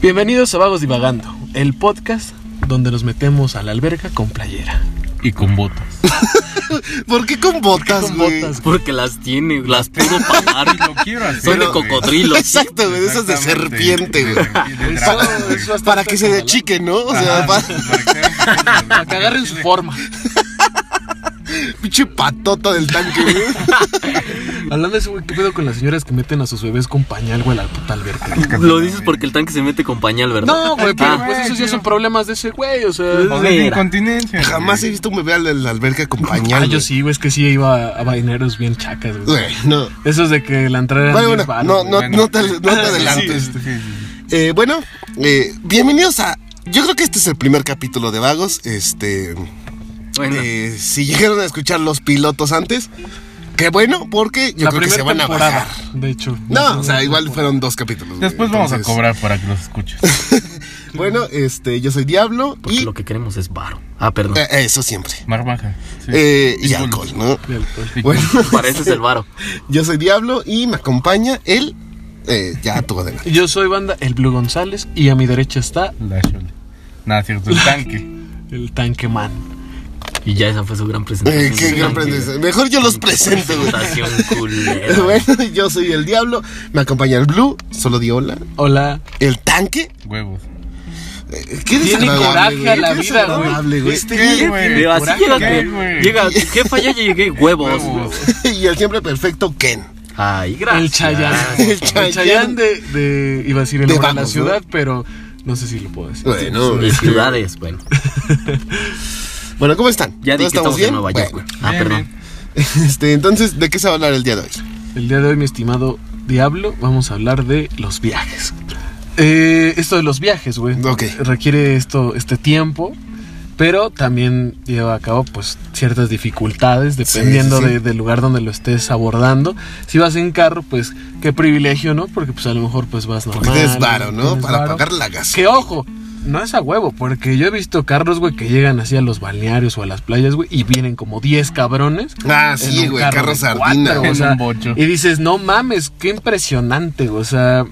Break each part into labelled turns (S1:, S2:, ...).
S1: Bienvenidos a Vagos Divagando, el podcast donde nos metemos a la alberga con playera.
S2: Y con botas.
S3: ¿Por qué con botas,
S1: con
S3: güey?
S1: botas.
S4: Porque las tiene, las pudo pagar.
S2: Y lo quiero hacer.
S4: Son de
S2: güey.
S4: cocodrilo.
S3: Exacto, güey, de esas de
S2: Exactamente.
S3: serpiente,
S2: De
S3: güey.
S2: serpiente, de
S1: Eso-
S2: dragón, güey.
S1: eso-
S3: Para que se dechiquen, ¿no? O sea,
S2: Ajá,
S3: para-
S2: para que sean pequeños,
S1: Para que agarren su
S2: güey.
S1: forma.
S3: pinche patota del tanque, güey.
S1: Hablando de eso, güey, ¿qué pedo con las señoras que meten a sus bebés con pañal, güey, al puta alberca?
S4: Lo dices porque el tanque se mete con pañal, ¿verdad?
S1: No, güey, pero
S4: Ah,
S1: pues esos ya
S2: tío.
S1: son problemas de ese güey, o sea.
S2: O sea, de
S4: Mira.
S2: incontinencia.
S3: Jamás he visto un bebé al al- la alberca con
S1: Ah,
S3: pañal.
S1: yo
S3: güey.
S1: sí, güey, es que sí iba a baineros bien chacas, güey.
S3: Güey, no.
S1: Esos de que la entrada era
S3: Bueno,
S1: diez
S3: bueno,
S1: varos,
S3: no,
S1: güey.
S3: no,
S2: bueno.
S3: no te, no te
S2: Sí,
S3: adelantes.
S2: este, sí, sí, sí.
S3: Eh, bueno, eh, bienvenidos a. Yo creo que este es el primer capítulo de Vagos. Este.
S4: Bueno,
S3: eh, si llegaron a escuchar los pilotos antes, qué bueno, porque yo
S1: la
S3: creo que
S1: primera
S3: se van a
S1: temporada,
S3: bajar.
S1: de hecho.
S3: No, o sea, igual fueron dos capítulos. güey,
S2: Después vamos a
S3: entonces-
S2: cobrar para que los escuches.
S3: Bueno, este, yo soy Diablo
S4: porque
S3: y.
S4: lo que queremos es varo. Ah, perdón.
S3: eh, eso siempre.
S2: Marmaja. sí.
S3: Eh, y
S2: Y
S3: alcohol, ¿no?
S1: de alcohol.
S2: Sí.
S3: Bueno,
S4: Para eso es el varo.
S3: yo soy Diablo y me acompaña el. eh, ya tuvo adelante.
S1: Yo soy banda El Blue González y a mi derecha está
S2: La chole. Nada, cierto, el tanque.
S1: el Tanque Man.
S4: Y ya esa fue su gran presentación.
S3: Eh, qué gran presentación. Mejor yo los presento, güey.
S4: Presentación culera.
S3: Bueno, yo soy el Diablo, me acompaña el Blue, solo di hola.
S1: Hola.
S3: El tanque.
S2: Huevos.
S3: eh, Qué
S1: Tiene
S3: desagradable,
S1: coraje
S3: güey,
S1: a la
S3: qué
S1: vida, güey.
S3: desagradable,
S1: Este
S3: Qué-
S2: Sí, güey.
S4: Pero así
S1: Coraje,
S4: llega,
S2: ¿qué,
S4: tu-
S2: güey?
S4: llega, tu jefa ya llegué, huevos.
S2: Huevos.
S3: y el siempre perfecto Ken.
S4: Ay, gracias.
S1: El Chayán.
S3: El
S1: El Chayán,
S3: Chayán
S1: de, de- Iba a decir el
S3: De
S1: nombre de la
S3: Vamos,
S1: ciudad, pero no sé si lo puedo decir.
S3: Bueno,
S4: De
S3: este,
S4: ciudades, bueno.
S3: bueno, ¿cómo están?
S4: Ya di
S3: ¿Todos
S4: que estamos en Nueva York,
S3: Bueno,
S4: güey. Ah,
S2: Bien,
S4: perdón.
S2: bien.
S3: este, entonces, ¿de qué se va a hablar el día de hoy?
S1: El día de hoy, mi estimado Diablo, vamos a hablar de los viajes. Eh, esto de los viajes, güey.
S3: Ok.
S1: Requiere esto, este tiempo, pero también lleva a cabo, pues, ciertas dificultades, dependiendo
S3: sí, sí.
S1: de- del lugar donde lo estés abordando. Si vas en carro, pues, qué privilegio, ¿no? Porque, pues, a lo mejor, pues, vas normal.
S3: Porque tienes varo, ¿no?
S1: tienes
S3: Para
S1: varo.
S3: pagar la gas.
S1: Que ojo, no es a huevo, porque yo he visto carros, güey, que llegan así a los balnearios o a las playas, güey, y vienen como 10 cabrones.
S3: Ah,
S1: en
S3: sí,
S1: un
S3: güey,
S1: carro
S3: carro
S1: de
S3: sardina.
S1: cuatro,
S3: güey.
S1: o
S2: En
S1: sea,
S2: un bocho.
S1: Y dices, no mames, qué impresionante, o sea,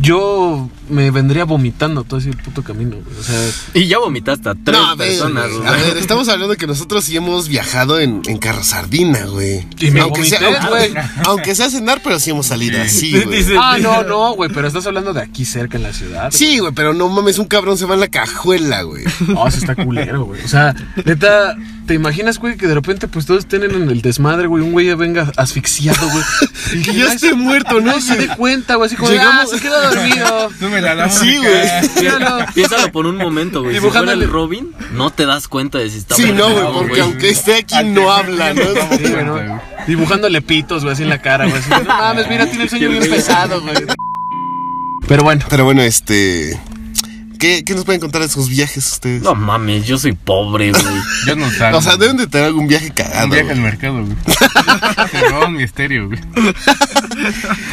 S1: yo me vendría vomitando todo ese puto camino, güey, o sea,
S4: Y ya vomitaste a tres
S3: No, a ver,
S4: personas.
S3: güey,
S4: o
S3: a
S4: sea.
S3: ver, estamos hablando de que nosotros sí hemos viajado en, en carro sardina, güey.
S1: Y me
S3: aunque, sea,
S1: vomité,
S3: aunque,
S1: güey.
S3: aunque sea cenar, pero sí hemos salido así, güey.
S4: Dice-
S1: ah, no, no, güey, pero estás hablando de aquí cerca en la ciudad.
S3: Sí, güey, pero no mames, un cabrón se va en la cajuela, güey.
S1: No, eso está culero, güey. O sea, neta, ¿te imaginas, güey, que de repente, pues todos tienen en el desmadre, güey, un güey ya venga asfixiado, güey? Y
S3: Que ya esté muerto, ¿no?
S1: Ay, se dé cuenta, güey, así como,
S3: Llegamos-
S1: ah, se queda dormido.
S2: Tú me la lavas.
S3: Sí, güey.
S1: Míralo.
S4: Piénsalo por un momento, güey. Si
S1: Dibujándole.
S4: fuera el Robin, no te das cuenta de si está
S3: Sí, no, güey,
S4: muerto,
S3: porque aunque esté aquí
S2: Al
S3: no
S2: tercer
S3: habla, ¿no?
S2: día estamos
S1: Sí, güey, ¿no?
S2: muertos, güey.
S1: Dibujándole pitos, güey, así en la cara, güey. así, No mames, mira, tiene el sueño bien pesado, güey. Pero bueno,
S3: Pero bueno, este. ¿Qué, qué nos pueden contar de sus viajes ustedes?
S4: No mames, yo soy pobre, güey.
S2: Yo no salgo.
S3: O sea, deben de tener algún viaje
S2: Un
S3: cagado.
S2: viaje al
S3: güey.
S2: mercado, güey. Se roban mi estéreo, güey.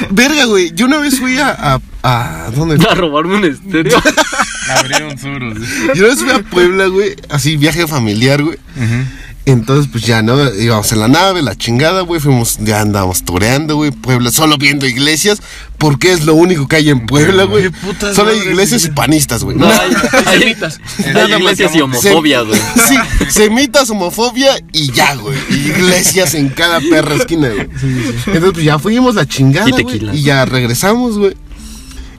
S3: Verga, güey. Yo una vez fui a. a, a- ¿Dónde?
S4: A robarme un estéreo.
S2: Abrieron suros, güey.
S3: Yo una vez fui a Puebla, güey. Así, viaje familiar, güey. Entonces, pues ya, ¿no? Íbamos en la nave, la chingada, güey. Fuimos, ya andábamos toreando, güey. Puebla, solo viendo iglesias. Porque es lo único que hay en Puebla, güey.
S1: Qué putas
S3: Solo hay
S1: madres,
S3: iglesias y
S1: güey.
S3: panistas, güey.
S4: No, hay, hay-
S1: pitas.
S4: hay
S2: Nada más
S4: iglesias y
S2: estamos-
S4: homofobia, güey.
S3: Sí, semitas, homofobia y ya, güey. Iglesias en cada perra esquina, güey. Entonces, pues ya fuimos la chingada,
S4: Y
S3: güey.
S4: tequila.
S3: Y ya regresamos, güey.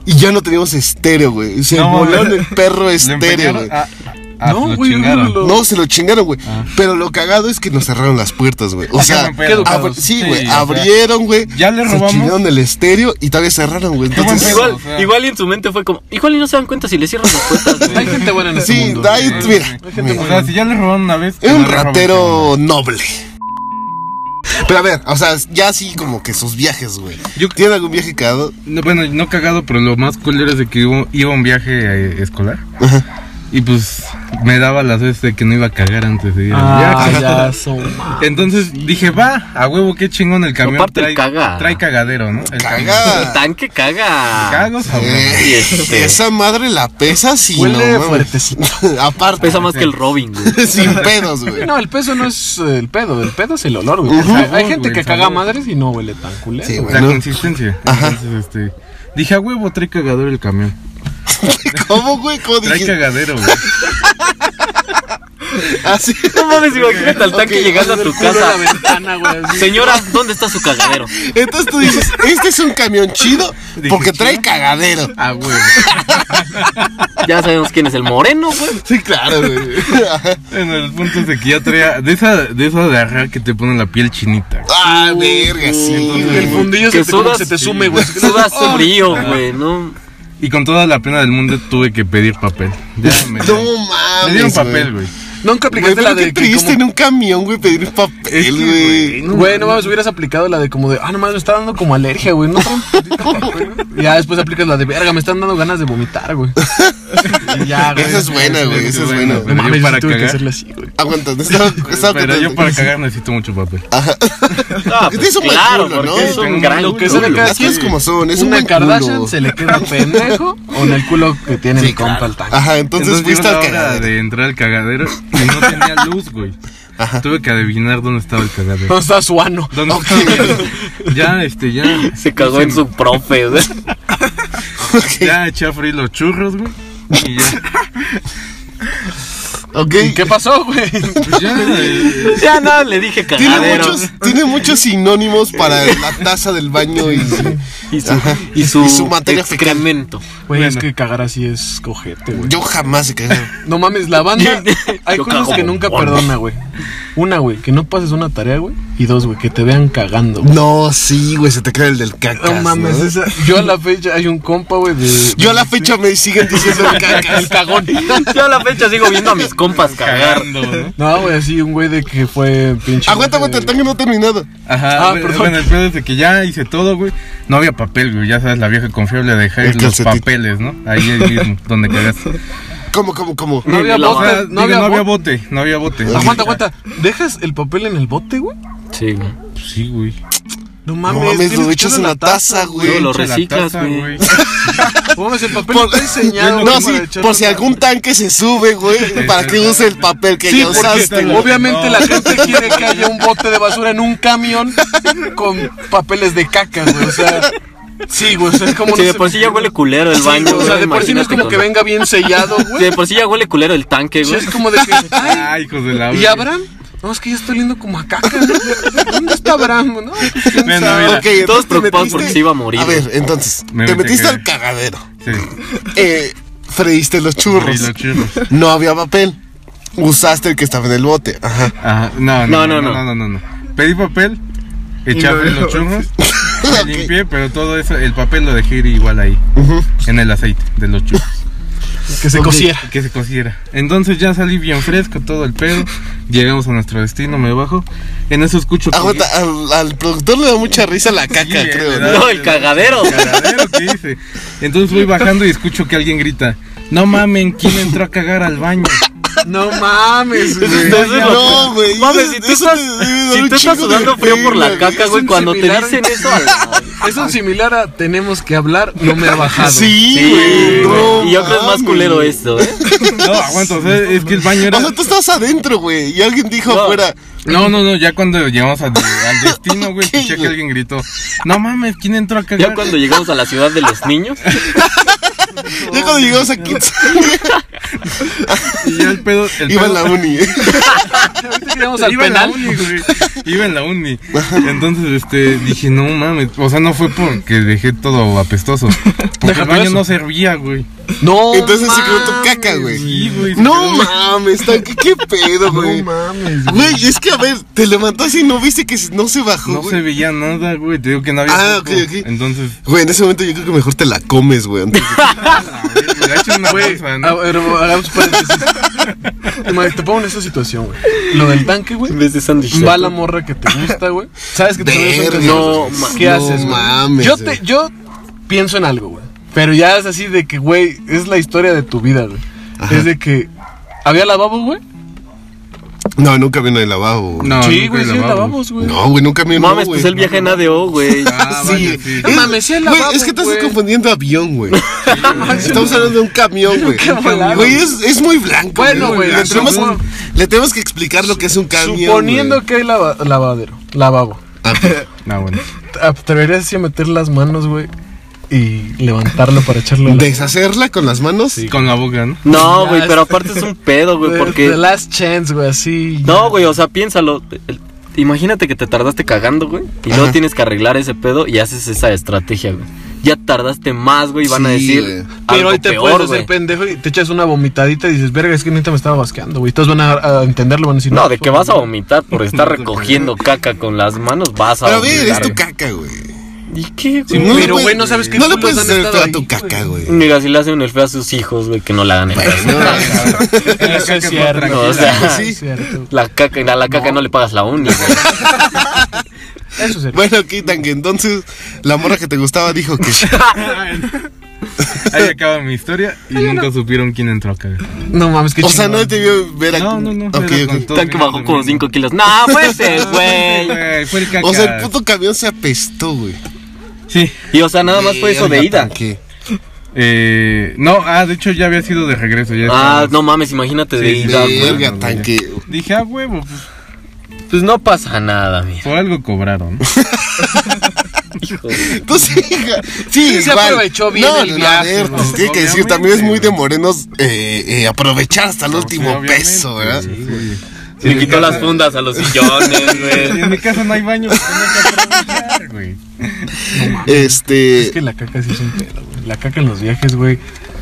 S3: Y ya no teníamos estéreo, güey. Se
S2: No,
S3: volaron
S2: güey.
S3: el perro
S2: Le
S3: estéreo, güey.
S2: empeñaron a- a- a-
S1: No,
S2: lo
S1: güey,
S2: chingaron.
S1: búrguelo.
S3: No, se lo chingaron, güey. Pero lo cagado es que nos cerraron las puertas, güey. O
S2: Ah,
S3: sea,
S2: qué buen pedo.
S3: abri-
S2: Sí,
S3: sí, güey.
S2: o sea,
S3: abrieron, güey.
S2: ya le robamos.
S3: Se chingaron el estéreo y todavía cerraron, güey.
S2: buen
S3: Entonces,
S2: pedo.
S4: Igual, igual y en su mente fue como, igual y no se dan cuenta si le cierran las puertas,
S1: Hay
S4: güey.
S1: gente buena en este
S3: sí,
S1: mundo.
S3: da ahí,
S2: Sí,
S3: mira.
S2: sí.
S3: mira.
S2: O sea, si ya le robaron una vez.
S3: Es
S2: que
S3: un
S2: no le roben
S3: ratero noble. Pero a ver, o sea, ya así como que sus viajes, güey.
S2: Yo-
S3: ¿Tiene algún viaje cagado?
S2: No, bueno, no cagado, pero lo más culero es de que iba, iba a un viaje eh, escolar. Y pues me daba las veces de que no iba a cagar antes de ir al
S1: Ah,
S2: viaje.
S1: ya son.
S2: Entonces dije, va, a huevo, qué chingón el camión.
S4: Aparte el
S2: trae,
S4: caga.
S2: trae cagadero, ¿no? El camión.
S4: El
S3: Cagada.
S4: tanque caga.
S2: Cagos a huevo.
S3: Eh,
S4: Y este-
S3: Esa madre la pesa si
S1: Huele
S3: no. mames.
S1: fuertecito.
S3: Aparte.
S4: Pesa más que el Robin, güey.
S3: Sin pedos, güey.
S1: No, el peso no es eh, el pedo, el pedo es el olor, güey. O sea,
S2: Ujú.
S1: hay gente
S2: Güey,
S1: que
S2: el
S1: caga
S2: sabor.
S1: madres y no huele tan culero.
S3: Sí,
S1: güey.
S3: güey.
S2: La
S3: Bueno.
S2: consistencia. Entonces, este. Dije, a huevo, trae cagadero el camión.
S3: ¿Cómo, güey? ¿Cómo
S2: Trae
S3: dijiste? Ah,
S2: cagadero, güey.
S3: Así.
S4: No mames, imagínate al tanque
S3: Ok,
S4: llegando a
S1: Del
S4: tu
S1: culo a la
S4: casa.
S1: ventana, güey. así.
S4: Señora, ¿dónde está su cagadero?
S3: Entonces tú dices, este es un camión chido
S2: Dije,
S3: porque trae cagadero.
S2: Ah, güey.
S4: Ya sabemos quién es el moreno, güey.
S3: Sí, claro, güey.
S2: Bueno, el punto es de que ya traía. De esa de, esa de arra que te pone la piel chinita.
S3: Ah, verga, sí,
S1: El
S3: güey.
S1: fundillo se
S4: Que
S1: te, como que
S4: sudas-
S1: se te sume, güey. Ah.
S4: Sudas frío, güey, ¿no?
S2: Y con toda la pena del mundo tuve que pedir papel. Ya me,
S3: No
S2: me dieron
S3: mames.
S2: papel, güey.
S1: Nunca
S3: Güey,
S1: aplicaste
S3: pero
S1: la
S3: qué
S1: de que
S3: triste
S1: como-
S3: en un camión, güey, pedir un
S2: Es que,
S3: papel,
S2: güey,
S3: güey.
S1: Güey, no mames, hubieras aplicado la de como de, ah, no mames, me está dando como alergia, güey. ¿no? ya después aplicas la de, verga, me están dando ganas de vomitar, güey. Y ya, güey.
S3: Esa es buena, güey, esa es buena.
S1: No
S2: Pero yo
S1: mames, yo
S2: para
S1: sí tuve que
S2: cagar.
S1: hacerle así, güey.
S3: Aguanta, estaba, estaba
S2: Pero yo
S3: pensando.
S2: para cagar necesito mucho papel.
S4: Ah,
S3: Porque es un buen
S4: claro,
S3: culo,
S4: porque
S3: ¿no?
S4: es
S2: Tengo
S4: un gran
S1: lo que
S4: culo.
S1: se le cae
S3: Las cosas
S1: Sí.
S3: como son, es un
S1: Una
S3: buen
S1: Kardashian
S3: culo.
S1: se le queda pendejo o en el culo que tiene mi compa el tanque.
S3: Ajá, entonces,
S2: Entonces,
S3: fuiste
S2: llegó la
S3: al
S2: hora
S3: cagadero.
S2: de entrar al cagadero y no tenía luz, güey. Tuve que adivinar dónde estaba el cagadero.
S1: No está su ano.
S2: ¿Dónde
S3: Ok.
S2: estaba? Ya, este, ya.
S4: Se cagó en su profe, güey.
S2: Ya eché a freír los churros, güey. Y ya.
S3: Ok.
S1: ¿Y ¿Qué pasó, güey?
S2: Pues ya, eh,
S4: Ya no, le dije
S3: Tiene
S4: cagadero.
S3: muchos, tiene muchos sinónimos para la taza del baño y
S4: Y su, y
S3: Y
S4: su,
S3: su materia fecal.
S4: excremento.
S1: Güey, es
S2: Bueno.
S1: que cagar así es cojete, güey.
S3: yo jamás he cagado.
S1: No mames, la banda. Hay
S4: Yo
S1: cosas
S4: cago
S1: que nunca
S4: bombón.
S1: perdona, güey. Una, güey, que no pases una tarea, güey. Y dos, güey, que te vean cagando. güey.
S3: No, sí, güey, se te cae el del cacas.
S1: No mames,
S3: ¿no?
S1: esa. Yo a la fecha hay un compa, güey, de.
S3: Yo a la fecha me siguen diciendo el cacas.
S1: El cagón.
S4: Yo a la fecha sigo viendo a mis compas cagar.
S2: cagando, ¿no?
S1: No, güey, así un güey de que fue pinche.
S3: Aguanta, aguanta, el tanque no ha terminado.
S2: Ajá,
S1: Ah,
S2: bueno,
S1: perdón.
S2: bueno, el pedo es de que ya hice todo, güey. No había papel, güey. Ya sabes, la vieja confiable de dejar
S3: El
S2: los
S3: calcetín.
S2: papeles, ¿no? Ahí mismo, donde cagaste.
S3: ¿Cómo, cómo, cómo?
S1: No había
S4: La
S2: O
S1: bote.
S2: sea,
S1: no
S2: digo,
S1: había bote.
S2: bote, no había bote.
S1: Aguanta, aguanta. ¿Dejas el papel en el bote, güey?
S4: Sí,
S2: ah, Sí, güey.
S1: No
S3: No
S1: mames.
S3: mames,
S1: tienes
S3: lo
S1: que
S3: echas en
S1: echarlo
S3: la taza, güey.
S4: Yo lo
S2: Echa la
S4: reciclas,
S2: taza,
S4: güey.
S1: No mames, el papel
S3: Por-
S1: está diseñado.
S3: no,
S1: para
S3: sí,
S1: echarlo
S3: por si
S1: en la-
S3: algún tanque se sube, güey, para que use el papel que
S1: Sí,
S3: ya
S1: porque
S3: usaste, güey.
S1: obviamente
S2: No.
S1: la gente quiere que haya un bote de basura en un camión con papeles de caca, güey. O sea, sí, güey. O sea, es como
S4: Sí,
S1: no
S4: de
S1: se-
S4: por sí ya huele culero el baño.
S1: O sea, de por sí no es
S4: imagínate
S1: como que
S4: con-
S1: venga bien sellado,
S4: Sí,
S1: güey.
S4: de por sí ya huele culero el tanque,
S1: Sí,
S4: güey.
S1: es como de que. ay,
S2: Ay, Ah, hijos de la
S1: ¿Y Abraham? No, es que ya estoy oliendo como a caca. ¿no? ¿Dónde está Abraham? No, Pues, quién
S2: Bueno,
S1: sabe.
S2: mira.
S3: Ok, entonces
S4: Todos
S3: te
S4: preocupados
S3: metiste-
S4: porque se iba a morir.
S3: A ver, entonces,
S2: Me metí
S3: te
S2: a
S3: metiste
S2: cagar.
S3: al cagadero.
S2: Sí.
S3: Eh, freíste los
S2: Y
S3: churros.
S2: los churros.
S3: No había papel. Usaste el que estaba en el bote. Ajá.
S2: Ajá, Ah, no, no, no,
S4: No, no,
S2: no, no, no, no. Pedí papel, eché a freír los churros,
S3: Ok.
S2: me limpié, pero todo eso, el papel lo dejé ir igual ahí, en el aceite de los churros.
S1: Que se cosiera.
S2: que se considera. Entonces ya salí bien fresco, todo el pedo. Llegamos a nuestro destino, me bajo. En eso escucho. que-
S3: Aguanta, al, al productor le da mucha risa la caca,
S2: Sí, eh,
S3: creo.
S2: le
S3: ¿no?
S2: da-
S4: No, el cagadero.
S2: El cagadero que hice. Entonces voy bajando y escucho que alguien grita: No mamen, ¿quién entró a cagar al baño?
S1: No mames, güey.
S4: Eso es lo-
S3: No, güey,
S4: Mames,
S3: eso-
S4: si tú
S3: eso
S4: estás,
S3: te debe dar
S4: si
S3: un
S4: tú estás
S3: chingo de
S4: sudando frío por la
S3: pena, güey.
S4: caca,
S1: Es
S4: güey,
S1: un
S4: cuando te
S1: similar.
S4: dicen eso, a la-
S1: Es un similar a tenemos que hablar, no me ha bajado.
S3: Sí,
S4: Sí,
S3: güey. no
S4: güey. Y yo creo es más
S3: mames.
S4: culero esto, ¿eh?
S2: No, aguanta, o sea, es que el baño era.
S3: O sea, tú estabas adentro, güey. Y alguien dijo
S4: No.
S3: afuera.
S2: No, no, no, ya cuando llegamos al, al destino, güey, escuché
S3: güey.
S2: que alguien gritó: No mames, ¿quién entró a cagar?
S4: Ya cuando llegamos a la ciudad de los niños,
S3: Ya cuando llegamos a Kids,
S2: Y ya el pedo. El
S3: iba a
S2: pedo-
S3: la uni. eh.
S1: Ahorita que llegamos al
S2: iba en
S1: penal.
S2: la uni, güey. Iba en la uni. Entonces, este, dije, no mames. O sea, no fue porque dejé todo apestoso. Porque
S1: Deja
S2: el
S1: tú
S2: baño
S1: eso.
S2: no servía, güey.
S1: No.
S3: Entonces se quedó tu
S1: mames.
S3: caca, güey.
S2: Sí, güey. se
S3: No
S2: quedó-
S3: mames, tan- ¿qué, qué pedo, güey.
S1: No mames.
S3: Güey, es que a ver, te levantaste y no viste que no se bajó,
S2: No
S3: güey.
S2: se veía nada, güey. Te digo que no había.
S3: Ah,
S2: foco.
S3: ok, ok.
S2: Entonces,
S3: Güey, en ese momento yo creo que mejor te la comes, güey. antes de-
S2: a ver, güey, le eché una
S1: Güey,
S2: bolsa, ¿no?
S1: a ver, Ah, hagamos paréntesis. Ma, Te pongo en esta situación, güey. Lo del tanque, güey.
S4: en vez de sándwich.
S1: Va la morra que te gusta, güey. Sabes que te gusta.
S3: Verga, no
S1: ¿Qué
S3: ma-
S1: haces,
S3: no
S1: güey?
S3: mames,
S1: Yo,
S3: güey.
S1: te, yo pienso en algo, güey. Pero ya es así de que, güey, es la historia de tu vida, güey. Es de que. ¿Había lavabo, güey?
S3: No, nunca vino el lavabo. güey.
S2: No,
S1: sí,
S2: nunca
S1: güey, sí,
S2: lo
S1: hay
S2: lavabo.
S1: lavabos, güey.
S3: No, güey, nunca vino.
S4: Mames,
S3: güey.
S4: pues el viaje en ADO, güey.
S2: Ah,
S3: Sí,
S2: vale, sí.
S3: es-
S1: No mames, sí el
S3: güey,
S1: lavabo,
S3: es que te estás
S1: güey.
S3: confundiendo avión, güey. Estamos hablando de un camión, güey.
S1: Qué volado.
S3: Güey, es, es muy blanco.
S1: Bueno, güey,
S3: Le,
S1: le
S3: tenemos-
S1: supongo-
S3: le tenemos que explicar lo que es un camión.
S1: Suponiendo que hay lava- lavadero, lavabo.
S3: güey. Ah,
S2: No, bueno.
S1: ¿Te atreverías así a meter las manos, güey? y levantarlo para echarlo. a la-
S3: Deshacerla con las manos.
S2: Con la boca, ¿no?
S4: No,
S1: Ya,
S4: güey,
S1: es-
S4: pero aparte es un pedo, güey,
S1: The-
S4: porque...
S1: The last chance, güey, así.
S4: No, güey, o sea, piénsalo. El- Imagínate que te tardaste cagando, güey, y luego
S3: Ajá.
S4: tienes que arreglar ese pedo y haces esa estrategia, güey. Ya tardaste más, güey, y van a
S3: Sí,
S4: decir
S3: güey.
S1: Pero
S4: algo
S1: ahí te
S4: peor,
S1: puedes hacer
S4: güey.
S1: pendejo y te echas una vomitadita y dices, verga, es que neta me estaba basqueando, güey. Todos van a, a entenderlo, van a decir,
S4: No, de
S1: pues,
S4: que vas a vomitar por estar recogiendo caca con las manos, vas a
S3: Pero
S4: vomitar.
S3: bien, es tu
S4: güey.
S3: caca, güey.
S4: ¿Y qué,
S3: Sí,
S4: güey?
S3: le
S1: pero,
S3: puedes-
S1: güey, no sabes qué
S3: No le
S1: culos
S3: puedes
S1: han
S3: hacer
S1: estado
S3: toda
S1: ahí,
S3: tu
S1: güey.
S3: caca, güey.
S4: Mira, si le hacen el feo a sus hijos, güey, que no la hagan el feo.
S3: Bueno,
S1: Eso es
S2: Caca
S1: cierto.
S4: O sea,
S1: eso
S3: sí.
S1: es cierto.
S4: La caca, a la caca no. le pagas la uni, güey.
S1: Eso es cierto.
S3: bueno, quitan que entonces la morra que te gustaba dijo que
S2: Ahí acaba mi historia y nunca supieron quién entró a cagar.
S1: No mames, qué
S3: O sea,
S1: chingón.
S3: no te vio ver a...
S2: No, no, no.
S3: Ok,
S2: era
S3: ok.
S2: con todo
S4: Tan que
S2: bien
S4: bajó como
S2: dormido.
S4: 5 kilos. No, fue ese,
S2: No,
S4: güey.
S2: Fue el caca.
S3: O sea, el puto camión se apestó, güey.
S2: Sí.
S4: Y o sea, nada más fue eso de
S3: Verga,
S4: ida.
S3: tanque.
S2: Eh, no, ah, de hecho ya había sido de regreso. Ya
S4: Ah,
S2: estábamos-
S4: no mames, imagínate de
S2: Sí,
S4: ida, güey.
S3: Verga,
S2: güey.
S3: tanque.
S2: Dije, ah, huevo, pues,
S4: Pues no pasa nada, mira.
S2: por algo cobraron.
S4: Hijo de-
S3: Entonces, hija, Pues sí,
S1: Sí, se
S3: igual.
S1: aprovechó bien
S3: no,
S1: el
S3: no,
S1: viaje,
S3: a ver,
S1: ¿no?
S3: pues, tiene que decir,
S2: Obviamente,
S3: también es muy de
S2: güey.
S3: morenos eh, eh, aprovechar hasta el último
S2: obviamente,
S3: peso, ¿verdad?
S2: sí, güey. Si
S4: Le
S2: en mi
S4: quitó las
S2: casa-
S4: fundas a los sillones,
S2: Si en
S4: güey.
S2: mi casa no hay baño, pues tenía que aprovechar, güey.
S3: Este.
S1: Es que la caca sí es un pedo, güey. La caca en los viajes, güey.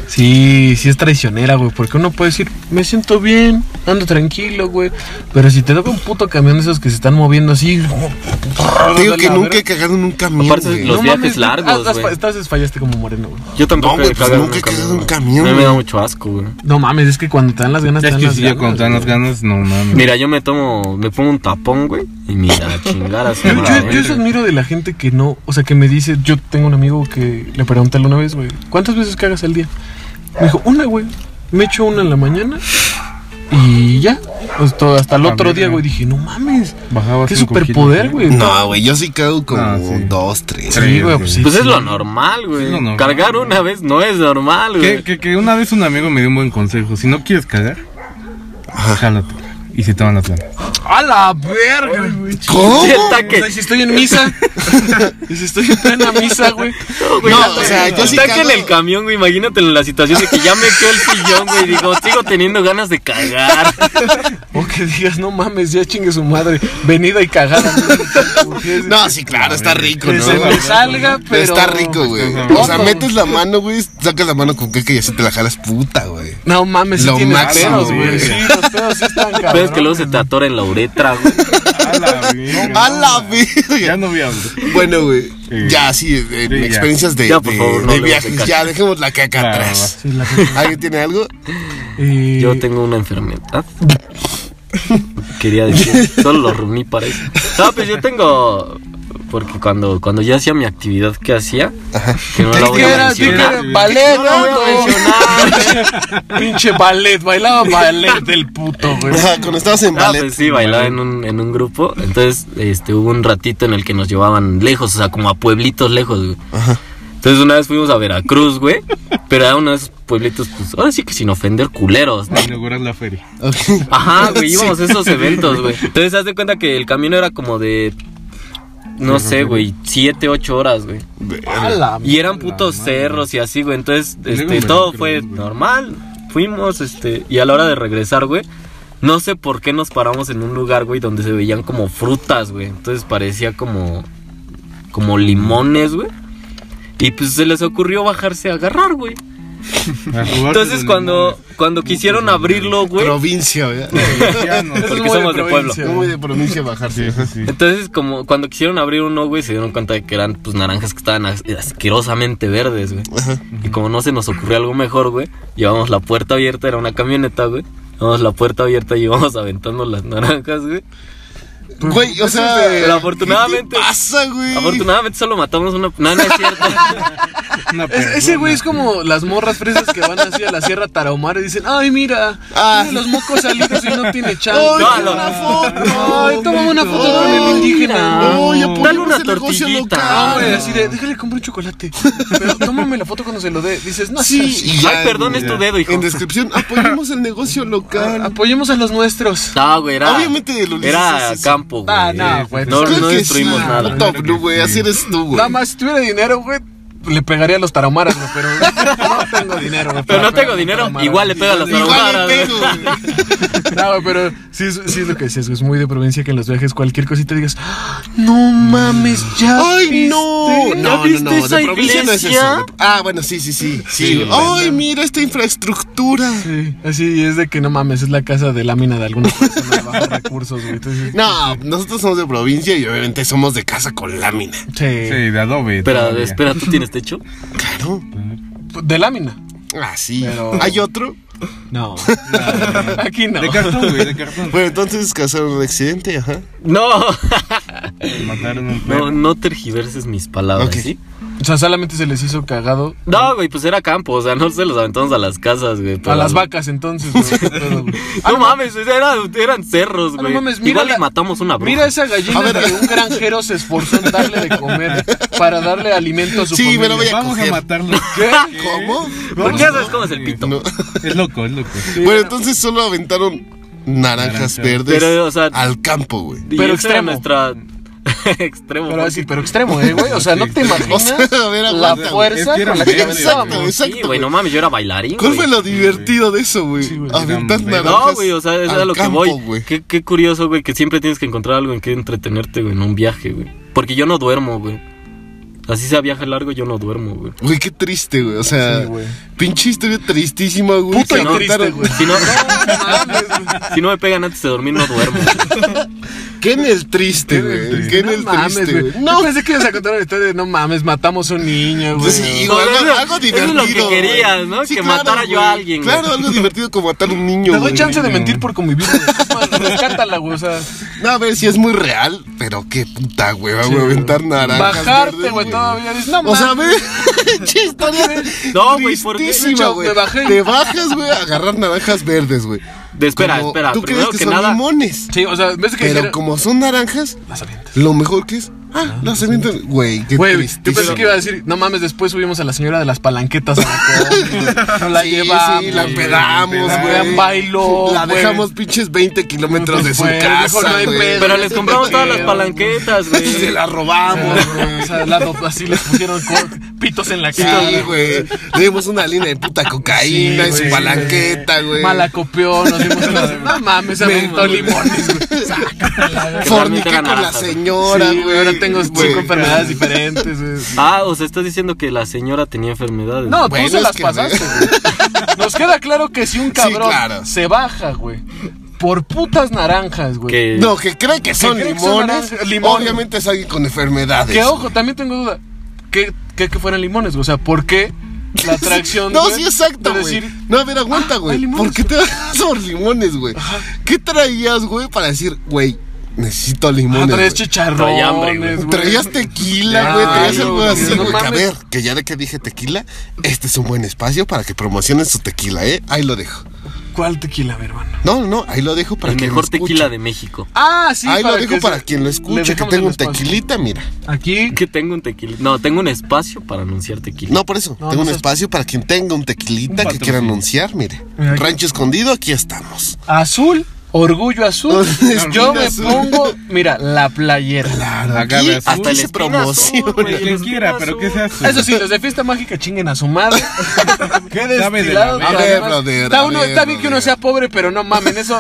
S1: Sí, sí es traicionera, güey. Porque uno puede decir, me siento bien, ando tranquilo, güey. Pero si te toca un puto camión de esos que se están moviendo así.
S3: Te digo
S1: la
S3: que nunca
S1: verga.
S3: he cagado en un camión.
S4: Aparte,
S3: güey.
S4: los-
S3: No,
S4: viajes largos,
S1: ah, estás-
S4: güey.
S1: Estás desfallaste como moreno, güey.
S4: Yo tampoco
S3: No, güey, pues nunca he cagado en un camión,
S4: A mí me da
S3: güey.
S4: mucho asco, güey.
S1: No mames, es que cuando te dan las ganas,
S2: Es
S1: te dan
S2: que
S1: las
S2: si
S1: ganas.
S2: ya cuando te dan las
S1: güey.
S2: ganas, no mames.
S4: Mira, yo me tomo, me pongo un tapón, güey, y mira, a chingar así.
S1: Yo, yo, yo eso admiro de la gente que no, o sea, que me dice, yo tengo un amigo que le pregunté una vez, güey, ¿cuántas veces cagas al día? Me dijo, una, güey, me echo una en la mañana y ya, hasta, hasta el
S2: Ah,
S1: otro día,
S2: mira.
S1: güey, dije, no mames,
S2: Bajaba
S1: qué
S2: cinco kilos,
S1: superpoder,
S2: ¿no?
S1: güey.
S3: No, güey, yo sí cago como
S2: Ah, sí.
S3: dos, tres.
S2: Tres.
S1: Sí, güey, pues sí.
S4: Pues es lo normal,
S2: Es
S4: güey.
S2: lo normal,
S4: Cargar
S2: güey.
S4: una vez no es normal,
S2: Que,
S4: güey.
S2: que, que una vez un amigo me dio un buen consejo. Si no quieres cagar, jálate. Y se te van las ganas.
S1: A la verga, güey.
S3: ¿Cómo?
S4: Sienta
S1: O sea,
S4: que...
S1: si estoy en misa, y si estoy en plena misa, güey.
S4: güey,
S3: No,
S4: hasta-
S3: o sea, yo sí
S4: hasta que en
S3: cago-
S4: el camión, güey, imagínate en la situación de que ya me quedó el sillón, güey, y digo, sigo teniendo ganas de cagar.
S1: O que digas, no mames, ya chingue su madre, venida y cagada. güey.
S3: No, sí, claro, está rico,
S1: que
S3: ¿no?
S1: se me
S3: güey?
S1: salga, pero.
S3: Está rico, güey. O sea, metes la mano, güey, sacas la mano con caca y así te la jalas puta, güey.
S1: No mames, sí
S3: Lo
S1: tiene
S3: máximo,
S1: pedos, güey.
S3: güey.
S1: Sí, los pedos sí están cabrones.
S4: Pero es que luego se te atora en la uretra, güey.
S3: A la verga.
S2: Ya no voy a hablar.
S3: Bueno, güey. Ya, sí, en
S2: Sí, ya.
S3: experiencias de,
S4: Ya, por
S3: de-
S4: favor, no
S3: de
S4: le
S3: viajes.
S4: busques
S3: Ya, dejemos la caca
S2: Va,
S3: atrás.
S1: Sí, la gente-
S3: ¿Alguien tiene algo?
S1: Eh,
S4: Yo tengo una enfermedad. Quería decir, solo lo reuní para eso. No, pues yo tengo. Porque cuando, cuando yo hacía mi actividad que hacía, que no la
S1: ¿Qué
S4: voy a
S1: era? ¿Qué
S4: mencionar.
S1: era? ¿Ballet?
S4: No la voy a
S1: no?
S4: mencionar.
S1: Pinche ballet. Bailaba ballet del puto, güey.
S3: Ajá, Cuando estabas en
S4: Ah,
S3: ballet.
S4: pues sí, bailaba en un, en un grupo. Entonces, este, hubo un ratito en el que nos llevaban lejos, o sea, como a pueblitos lejos, güey. Entonces una vez fuimos a Veracruz, güey. Pero era uno de esos pueblitos, pues, ahora sí que sin ofender culeros, ¿no?
S2: Inaugurar la feria.
S3: Ok.
S4: Ajá, güey, íbamos a esos eventos, güey. Entonces, haz de cuenta que el camino era como de. No sé, güey, siete, ocho horas, güey.
S1: A la
S4: Y eran putos
S2: madre.
S4: cerros y así, güey. Entonces,
S2: luego
S4: este,
S2: en
S4: todo
S2: Veracruz,
S4: fue
S2: güey.
S4: normal. Fuimos, este, y a la hora de regresar, güey, no sé por qué nos paramos en un lugar, güey, donde se veían como frutas, güey. Entonces parecía como, como limones, güey. Y pues se les ocurrió bajarse a agarrar, güey. Entonces cuando, cuando quisieron abrirlo, güey,
S3: Provincia, ¿verdad?
S1: Eso es
S4: porque
S1: muy
S4: somos de pueblo.
S1: provincia,
S3: Muy
S1: güey.
S3: de provincia bajarse.
S4: Entonces, como cuando quisieron abrir uno, güey, se dieron cuenta de que eran pues naranjas que estaban as- asquerosamente verdes, güey. Y como no se nos ocurrió algo mejor, güey, llevamos la puerta abierta, era una camioneta, güey. Llevamos la puerta abierta y íbamos aventando las naranjas, güey.
S3: Güey, o sea,
S4: Pero Pues, este, afortunadamente-
S3: ¿qué te pasa, güey?
S4: Afortunadamente solo matamos una. No, no es cierto.
S1: Es- ese güey es como las morras fresas que van así a la Sierra Tarahumara y dicen, ay, mira,
S3: Ah.
S1: tiene los mocos salidos y no tiene chance.
S3: Ay,
S4: No,
S3: toma
S4: no.
S3: una foto.
S1: Ay, toma una foto con el indígena.
S3: No, ya
S4: Dale
S3: ponemos
S4: una
S3: el negocio
S4: tortillita.
S1: Ah, güey,
S3: local.
S1: así de, déjale comprar un chocolate. Pero tómame la foto cuando se lo dé. Dices, no,
S3: Sí, y ya,
S4: Ay, perdón, es tu dedo, hijo. Ah,
S3: En descripción, apoyemos el negocio
S1: a-
S3: local.
S1: apoyemos a los nuestros.
S4: No, güey, era.
S3: Obviamente el Ulises
S4: Era
S3: es eso.
S4: campo, güey.
S1: Ah, no, güey,
S4: No,
S1: pues,
S3: Creo
S4: no
S3: que es
S4: destruimos
S3: una
S4: nada.
S3: Puta, Blue, güey, así eres tú, güey.
S1: Nada más, si tuviera dinero, güey, le pegaría a los tarahumaras, güey, pero no tengo dinero, güey.
S4: Pero
S1: para
S4: no
S1: pegarle
S4: tengo
S1: a
S4: dinero,
S1: tarahumaras.
S4: igual le pega a las
S3: Igual
S4: tarahumaras.
S3: le
S4: güey.
S3: pego, güey.
S1: No, güey, pero sí, es- sí es lo que decías, güey, es muy de provincia que en los viajes cualquier cosita digas, "Ah, no mames, ya.
S3: ¡Ay, no!
S1: viste, ya
S3: No, no,
S1: viste
S3: no,
S1: esa
S3: de provincia no es
S4: iglesia?
S3: eso. de- Ah, bueno, sí, sí, sí.
S2: Sí,
S3: sí.
S2: güey.
S3: ¡Ay, mira esta infraestructura!
S1: Sí, así es de que no mames, es la casa de lámina de alguna persona de bajos recursos, güey. Entonces,
S3: No, nosotros somos de provincia y obviamente somos de casa con lámina.
S1: sí,
S2: Sí, de adobe.
S4: Espera,
S2: todavía.
S4: espera, ¿tú tienes techo?
S3: Claro.
S1: de lámina.
S3: Ah, sí.
S1: Pero-
S3: ¿Hay otro?
S1: No. Aquí no.
S2: De cartón, güey, de cartón.
S3: Bueno, entonces causaron un accidente, ajá.
S4: No.
S2: Mataron un perro.
S4: No, no tergiverses mis palabras,
S3: Ok.
S4: ¿sí?
S1: O sea, solamente se les hizo cagado
S4: No, güey, pues era campo, o sea, no se los aventamos a las casas, güey. pero-
S1: a las vacas entonces, güey. qué pedo, güey.
S4: No mames, o sea, era- eran cerros,
S1: Ah,
S4: güey.
S1: no mames, mira
S4: Igual
S1: la-
S4: le matamos una bruja.
S1: Mira esa gallina
S3: A ver.
S1: que un granjero se esforzó en darle de comer para darle alimento a su
S3: Sí,
S1: familia.
S3: me lo voy a
S2: Vamos
S3: coger.
S2: a matarlo.
S1: ¿Qué?
S3: ¿Cómo?
S4: Porque ya sabes cómo es el pito.
S3: No.
S2: Es loco, es loco.
S3: Bueno, entonces solo aventaron naranjas
S2: Naranja.
S3: verdes
S4: Pero, o sea-
S3: al campo, güey.
S4: Y
S1: Pero
S4: esa era
S1: extremo.
S4: nuestra... extremo.
S1: Pero
S4: porque-
S1: así, pero extremo, eh, güey. O sea, no te
S3: O
S1: imaginas
S3: sea, a ver,
S1: la
S3: aguanta. güey.
S1: fuerza
S2: Es que era
S1: con la que
S2: medio-
S1: aventábamos.
S3: Exacto, exacto.
S4: Sí, güey, no mames, yo era bailarín,
S3: ¿Cuál fue
S4: güey.
S3: lo divertido de eso, güey?
S1: Sí, güey.
S3: Aventar
S2: No,
S3: naranjas.
S4: No, güey, o sea, es a
S3: al
S4: lo que
S3: campo,
S4: voy.
S3: güey.
S4: Qué, qué curioso, güey, que siempre tienes que encontrar algo en que entretenerte, güey, en un viaje, güey. Porque yo no duermo, güey. Así sea viaje largo, yo no duermo, güey.
S3: Güey, qué triste, güey. O sea,
S1: Sí, güey.
S3: pinche historia tristísima, güey.
S1: Puta
S3: Se
S1: y
S3: aventaron-
S1: triste, güey.
S4: Si no, si no me pegan antes de dormir, no duermo. güey.
S3: ¿Qué en el triste, güey? ¿Qué en
S1: No
S3: el
S1: mames,
S3: triste,
S1: güey.
S3: güey?
S1: Yo pensé que ibas a contar la historia de no mames, matamos a un niño, güey.
S3: Pues sí,
S4: No,
S3: güey,
S4: eso-
S3: algo, algo
S4: eso es lo
S3: divertido.
S4: que
S3: güey.
S4: querías, ¿no? Que matara yo
S3: güey.
S4: a alguien, güey.
S3: Claro, algo divertido como matar a un niño,
S1: Te doy
S3: güey.
S1: chance de
S2: niño.
S1: mentir por convivir, güey. Es más, Rescátala, güey. O sea,
S3: No, a ver si es muy real, pero qué puta, güey. Vamos a
S1: güey.
S3: aventar naranjas.
S1: bajarte,
S3: verdes,
S1: güey, todavía. Dices, no
S3: O
S1: mames.
S3: sea, ve, che, historia
S4: No, güey, ¿por qué?
S3: tristísima,
S1: Yo
S3: güey.
S1: me bajé.
S3: Te bajas, güey, a agarrar naranjas verdes, güey.
S4: De- espera,
S3: Como-
S4: espera.
S3: ¿Tú crees
S4: Primero
S3: que,
S4: que,
S3: son
S4: nada.
S3: limones?
S1: Sí, o sea, ves que
S3: Pero
S1: dijeron-
S3: como son naranjas,
S1: Las avientas.
S3: lo mejor que es... Ah, las avientan... Güey, qué
S1: Güey, yo
S3: tristísimo.
S1: pensé que iba a decir, no mames, después subimos a la señora de las palanquetas a la combi, Nos la
S3: Sí,
S1: llevamos.
S3: sí, la
S1: güey.
S3: pedamos,
S1: la
S3: güey.
S1: bailó,
S3: La
S1: güey.
S3: dejamos pinches 20 kilómetros de su
S1: Pues, mejor no
S3: casa,
S1: hay
S3: güey.
S1: pedo.
S4: Pero les compramos todas las
S1: Sí,
S4: palanquetas, güey.
S3: Se la
S1: Ah,
S3: robamos,
S1: güey, o sea, la do- así les pusieron co- pitos en la cara.
S3: Sí, güey. Le dimos una línea de puta cocaína
S1: Sí,
S3: en
S1: güey.
S3: su palanqueta, güey.
S1: Malacopió, nos dimos una de- No mames, se
S3: Me-
S1: aventó limones, güey. Sácatela, güey.
S3: Forniqué con la
S4: naranjas, güey.
S3: señora,
S1: Sí,
S3: güey.
S1: güey, ahora tengo
S3: Güey.
S1: cinco enfermedades diferentes, güey.
S4: Ah, o sea, estás diciendo que la señora tenía enfermedades.
S1: No,
S3: Bueno,
S1: tú se
S3: es
S1: las
S3: que-
S1: pasaste, güey. Nos queda claro que si un cabrón
S3: claro.
S1: se baja, güey, por putas naranjas, güey.
S4: Que...
S3: No, que cree que son
S1: cree que son
S3: limones.
S1: naranjas, limones.
S3: Obviamente es alguien con enfermedades.
S1: Que ojo, también tengo duda. ¿Qué, qué, qué fueran limones? güey? O sea, ¿por qué la atracción
S3: No,
S1: güey,
S3: sí, exacto,
S1: de
S3: güey.
S1: decir,
S3: No, a ver, aguanta,
S1: ah, hay
S3: güey.
S1: limones.
S3: ¿Por qué te vas por limones, güey? ¿Qué traías, güey, para decir, güey, necesito
S1: ah,
S3: limones?
S1: traes
S3: güey?
S1: chicharrones,
S4: Traía hambre, güey.
S1: güey.
S3: Traías tequila,
S1: Ya,
S3: güey, traías
S1: no,
S3: algo
S1: güey,
S3: así,
S1: no
S3: güey. que a
S1: mames.
S3: ver, que ya de que dije tequila, este es un buen espacio para que promocionen su tequila, ¿eh? Ahí lo dejo.
S1: ¿Cuál tequila, mi hermano?
S3: No, no, ahí lo dejo para
S4: el
S3: que
S4: mejor tequila de México.
S1: Ah, sí,
S3: Ahí lo dejo
S1: que
S3: para
S1: se-
S3: quien lo
S1: le
S3: escuche, que
S1: dejamos el
S3: tengo un
S1: espacio.
S3: tequilita, mira.
S1: Aquí.
S4: Que tengo un tequila. No, tengo un espacio para anunciar tequila.
S3: No, por eso,
S1: No,
S3: tengo
S1: no
S3: un
S1: seas-
S3: espacio para quien tenga un tequilita que quiera anunciar, mire.
S1: Mira, aquí-
S3: Rancho escondido, aquí estamos.
S1: Azul, orgullo azul.
S3: Orgullo
S1: Yo me
S3: azul.
S1: pongo, mira, la playera.
S3: Aquí
S2: Agave azul.
S3: hasta
S4: el
S3: se
S4: espina azul,
S3: promociona.
S4: güey.
S2: Quien quiera, pero que sea azul.
S1: Eso sí, los de fiesta mágica chinguen a su madre. Qué
S2: Sabe de
S1: destilados. pero
S2: la
S3: verga. A ver,
S1: además,
S3: brother,
S1: Está,
S3: a
S1: uno-
S3: ver,
S1: está bien que uno
S3: brother.
S1: sea pobre, pero no mamen, eso.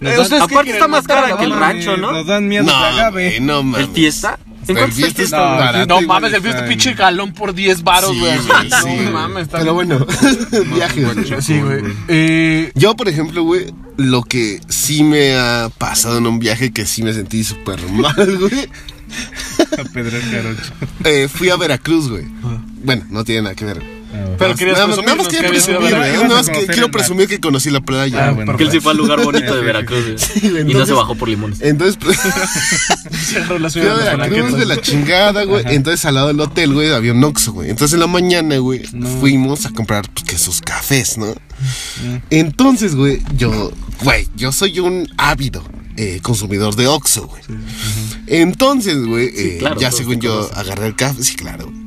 S2: Nos
S1: ¿Ustedes
S2: dan-
S1: qué
S4: Aparte
S1: quieren,
S4: está más
S1: matar a
S4: cara
S1: la
S4: que el
S1: banda?
S4: rancho, ¿no?
S2: Nos dan miedo de
S3: No,
S2: agave.
S3: güey, no mames.
S4: ¿El fiesta? ¿En cuánto está el
S3: fiesta
S4: fiesta?
S3: está
S2: No,
S3: barato,
S1: No
S2: igual
S1: mames, el
S2: está
S1: fiesta
S2: ahí.
S1: pinche galón por 10 varos,
S3: Sí,
S1: güey.
S3: güey,
S1: No
S3: sí,
S1: mames, está
S3: Pero
S1: bien.
S3: bueno, viajes.
S1: Sí, güey. Eh,
S3: Yo, por ejemplo, güey, lo que sí me ha pasado en un viaje que sí me sentí súper mal, güey.
S2: A Pedro Carocho.
S3: eh, fui a Veracruz, güey. Bueno, no tiene nada que ver. güey.
S1: pero querías
S3: Nada más, nada
S1: presumirnos
S3: más
S1: que
S3: quería
S1: habías ido a Veracruz.
S3: presumir, güey.
S2: Veracruz.
S3: Nada más que
S2: Ibas a
S3: quiero
S2: conocer
S3: presumir que conocí la playa.
S2: Ah,
S3: güey.
S2: bueno.
S4: Que él sí fue al lugar bonito de Veracruz. güey.
S3: güey,
S4: y no se
S3: entonces- eh,
S4: bajó por limones.
S3: Entonces, pues,
S1: Cerró la
S3: fui a
S1: ciudad de
S3: Veracruz
S1: Veracruz.
S3: de la chingada, güey. Entonces, al lado del hotel, güey, había un Oxxo, güey. Entonces, en la mañana, güey, fuimos a comprar pues, que sus cafés, ¿no? Entonces, güey, yo, güey, yo soy un ávido eh, consumidor de Oxxo, güey. Entonces, güey, eh,
S4: claro,
S3: ya
S4: todos
S3: según
S4: te
S3: yo
S4: conocen.
S3: agarré el café, sí, claro, güey.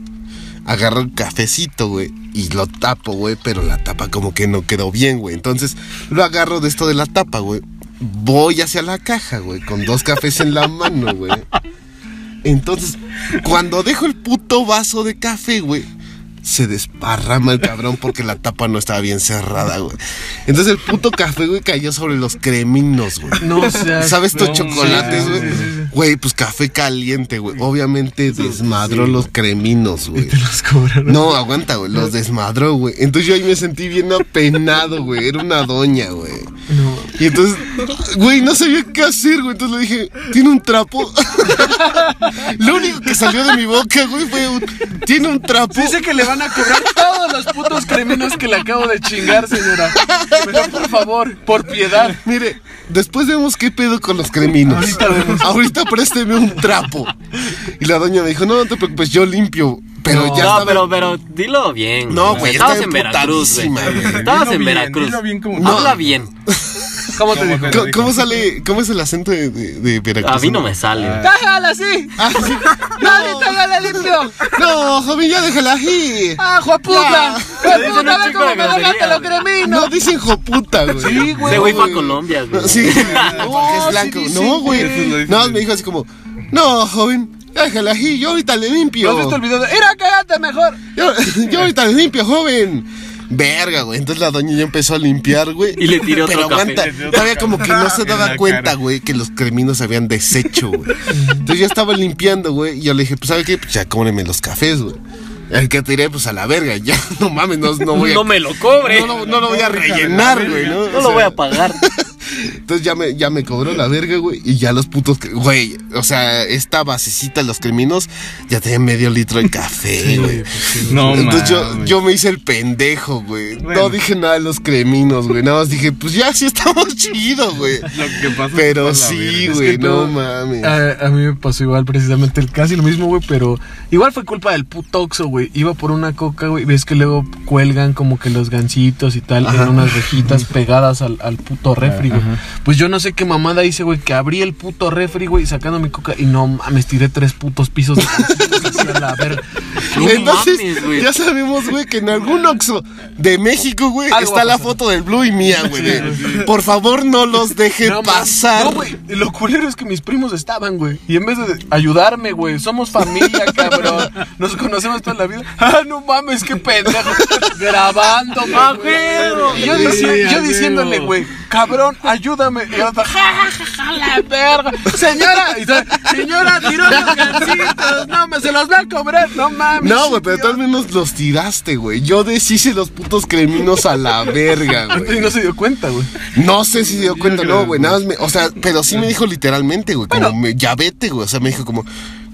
S3: Agarré el cafecito, güey, y lo tapo, güey, pero la tapa como que no quedó bien, güey. Entonces, lo agarro de esto de la tapa, güey. Voy hacia la caja, güey, con dos cafés en la mano, güey. Entonces, cuando dejo el puto vaso de café, güey, se desparrama el cabrón porque la tapa no estaba bien cerrada, güey. Entonces el puto café, güey, cayó sobre los creminos, güey.
S1: No seas.
S3: ¿Sabes estos
S2: No,
S3: chocolates,
S2: sí,
S3: güey?
S2: sí, sí,
S3: Güey, pues café caliente, güey. Obviamente desmadró los creminos, güey.
S1: Te los cobraron.
S3: No, aguanta, güey. Los desmadró, güey. Entonces yo ahí me sentí bien apenado, güey. Era una doña, güey.
S1: No.
S3: Y entonces, güey, no sabía qué hacer, güey. Entonces le dije, ¿tiene un trapo? Lo único que salió de mi boca, güey, fue un, ¿tiene un trapo?
S1: Dice que le van a cobrar todos los putos creminos que le acabo de chingar, señora. Pero por favor, por piedad.
S3: Mire, después vemos qué pedo con los creminos.
S1: Ahorita vemos.
S3: Ahorita présteme un trapo. Y la doña me dijo, no, no te preocupes, yo limpio. Pero
S4: no,
S3: ya estaba-
S4: pero, pero dilo bien.
S3: No, güey,
S4: Estabas
S3: estaba
S4: en Veracruz, güey.
S3: emputadísima, güey.
S4: Estabas
S2: Dilo
S4: en
S2: bien,
S4: Veracruz.
S2: dilo bien como-
S4: Habla
S3: No.
S4: bien.
S1: ¿Cómo te
S2: ¿Cómo
S1: dijo?
S2: te-
S3: ¿Cómo, cómo sale, ¿Cómo es el acento de, de, de Veracruz?
S4: A mí no me sale. güey.
S1: ¡Déjala así!
S3: Ah, sí.
S1: ¡Déjala limpio!
S3: No, joven, ya déjala ahí.
S1: ¡Ah, juaputa!
S4: Te dicen un chico de grosería, güey.
S3: No dicen joputa, Ah, güey.
S1: Sí, güey.
S4: Ese güey fue a Colombia, güey.
S3: Sí,
S1: No,
S3: porque es
S1: sí
S3: blanco.
S1: dicen,
S3: no,
S2: eso lo
S3: güey.
S2: dicen.
S3: No, me dijo así como, no, joven, déjala ahí, yo ahorita le limpio.
S1: ¿No has visto el video de... ¡Era, cállate mejor!
S3: Yo, yo ahorita les limpio, joven. Verga, güey. Entonces la doña ya empezó a limpiar, güey.
S4: Y le tiró otro
S3: Pero
S4: café.
S3: aguanta.
S4: Le
S2: tiró otro
S3: Todavía
S2: café.
S3: como que no se
S2: En
S3: daba
S2: la
S3: cuenta,
S2: cara.
S3: güey, que los creminos se habían deshecho, güey. Entonces yo estaba limpiando, güey. Y yo le dije, pues, ¿sabe qué? Pues ya cóbreme los cafés, güey. El que tiré, pues a la verga. Ya, no mames, no, no voy a.
S4: No me lo cobre.
S3: no, lo- no lo voy a rellenar, güey, ¿no?
S4: No
S3: O
S4: lo
S3: sea,
S4: voy a pagar.
S3: entonces ya me, ya me cobró la verga, güey. Y ya los putos. cre- Güey, o sea, esta basecita, los creminos, ya tenía medio litro de café,
S4: pues
S3: güey.
S2: No,
S3: Entonces yo,
S2: mames.
S3: yo me hice el pendejo, güey.
S2: Bueno.
S3: No dije nada de los creminos, güey. Nada más dije, pues ya sí estamos chidos, güey.
S2: Lo que pasa es que está
S3: Pero
S2: la
S3: sí,
S2: verga.
S1: Es
S3: güey,
S1: que
S3: no
S1: todo-
S3: mames.
S1: A, a mí me pasó igual, precisamente, el- casi lo mismo, güey, pero igual fue culpa del puto Oxxo, güey. Iba por una coca, güey, ves que luego cuelgan como que los gancitos y tal en unas rejitas pegadas al, al puto refri, güey. Pues yo no sé qué mamada hice, güey, que abrí el puto refri, güey, sacando mi coca y no mames, tiré tres putos pisos de gancitos así a la verga.
S4: No
S3: Entonces,
S4: mames, güey.
S3: ya sabemos, güey, que en algún Oxxo de México, güey,
S1: Algo va
S3: está
S1: a
S3: la
S1: pasar.
S3: foto del Blue y mía, güey. de, Por favor, no los deje
S1: No, mames.
S3: pasar.
S1: No, güey, lo culero es que mis primos estaban, güey. Y en vez de ayudarme, güey, somos familia, cabrón. Nos conocemos toda la vida. Ah, no mames, qué pendejo. Grabando,
S4: ¡Ah,
S1: güey.
S4: huevo!
S1: Y yo, dici-
S2: Sí,
S1: yo
S2: a huevo.
S1: diciéndole, güey, cabrón, ayúdame. Y otra, ja, ja, ja, ja, la verga. Señora, y otra, señora, tiró los gancitos. No, me se los va a cobrar. No mames.
S3: No, güey, pero tú al menos los tiraste, güey. Yo deshice los putos creminos a la verga,
S1: Entonces
S3: güey.
S1: no se dio cuenta, güey.
S3: No sé si se dio cuenta,
S2: creo
S3: no, güey. Nada más me. O sea, pero sí me dijo literalmente, güey. Como, me- ya vete, güey. O sea, me dijo como,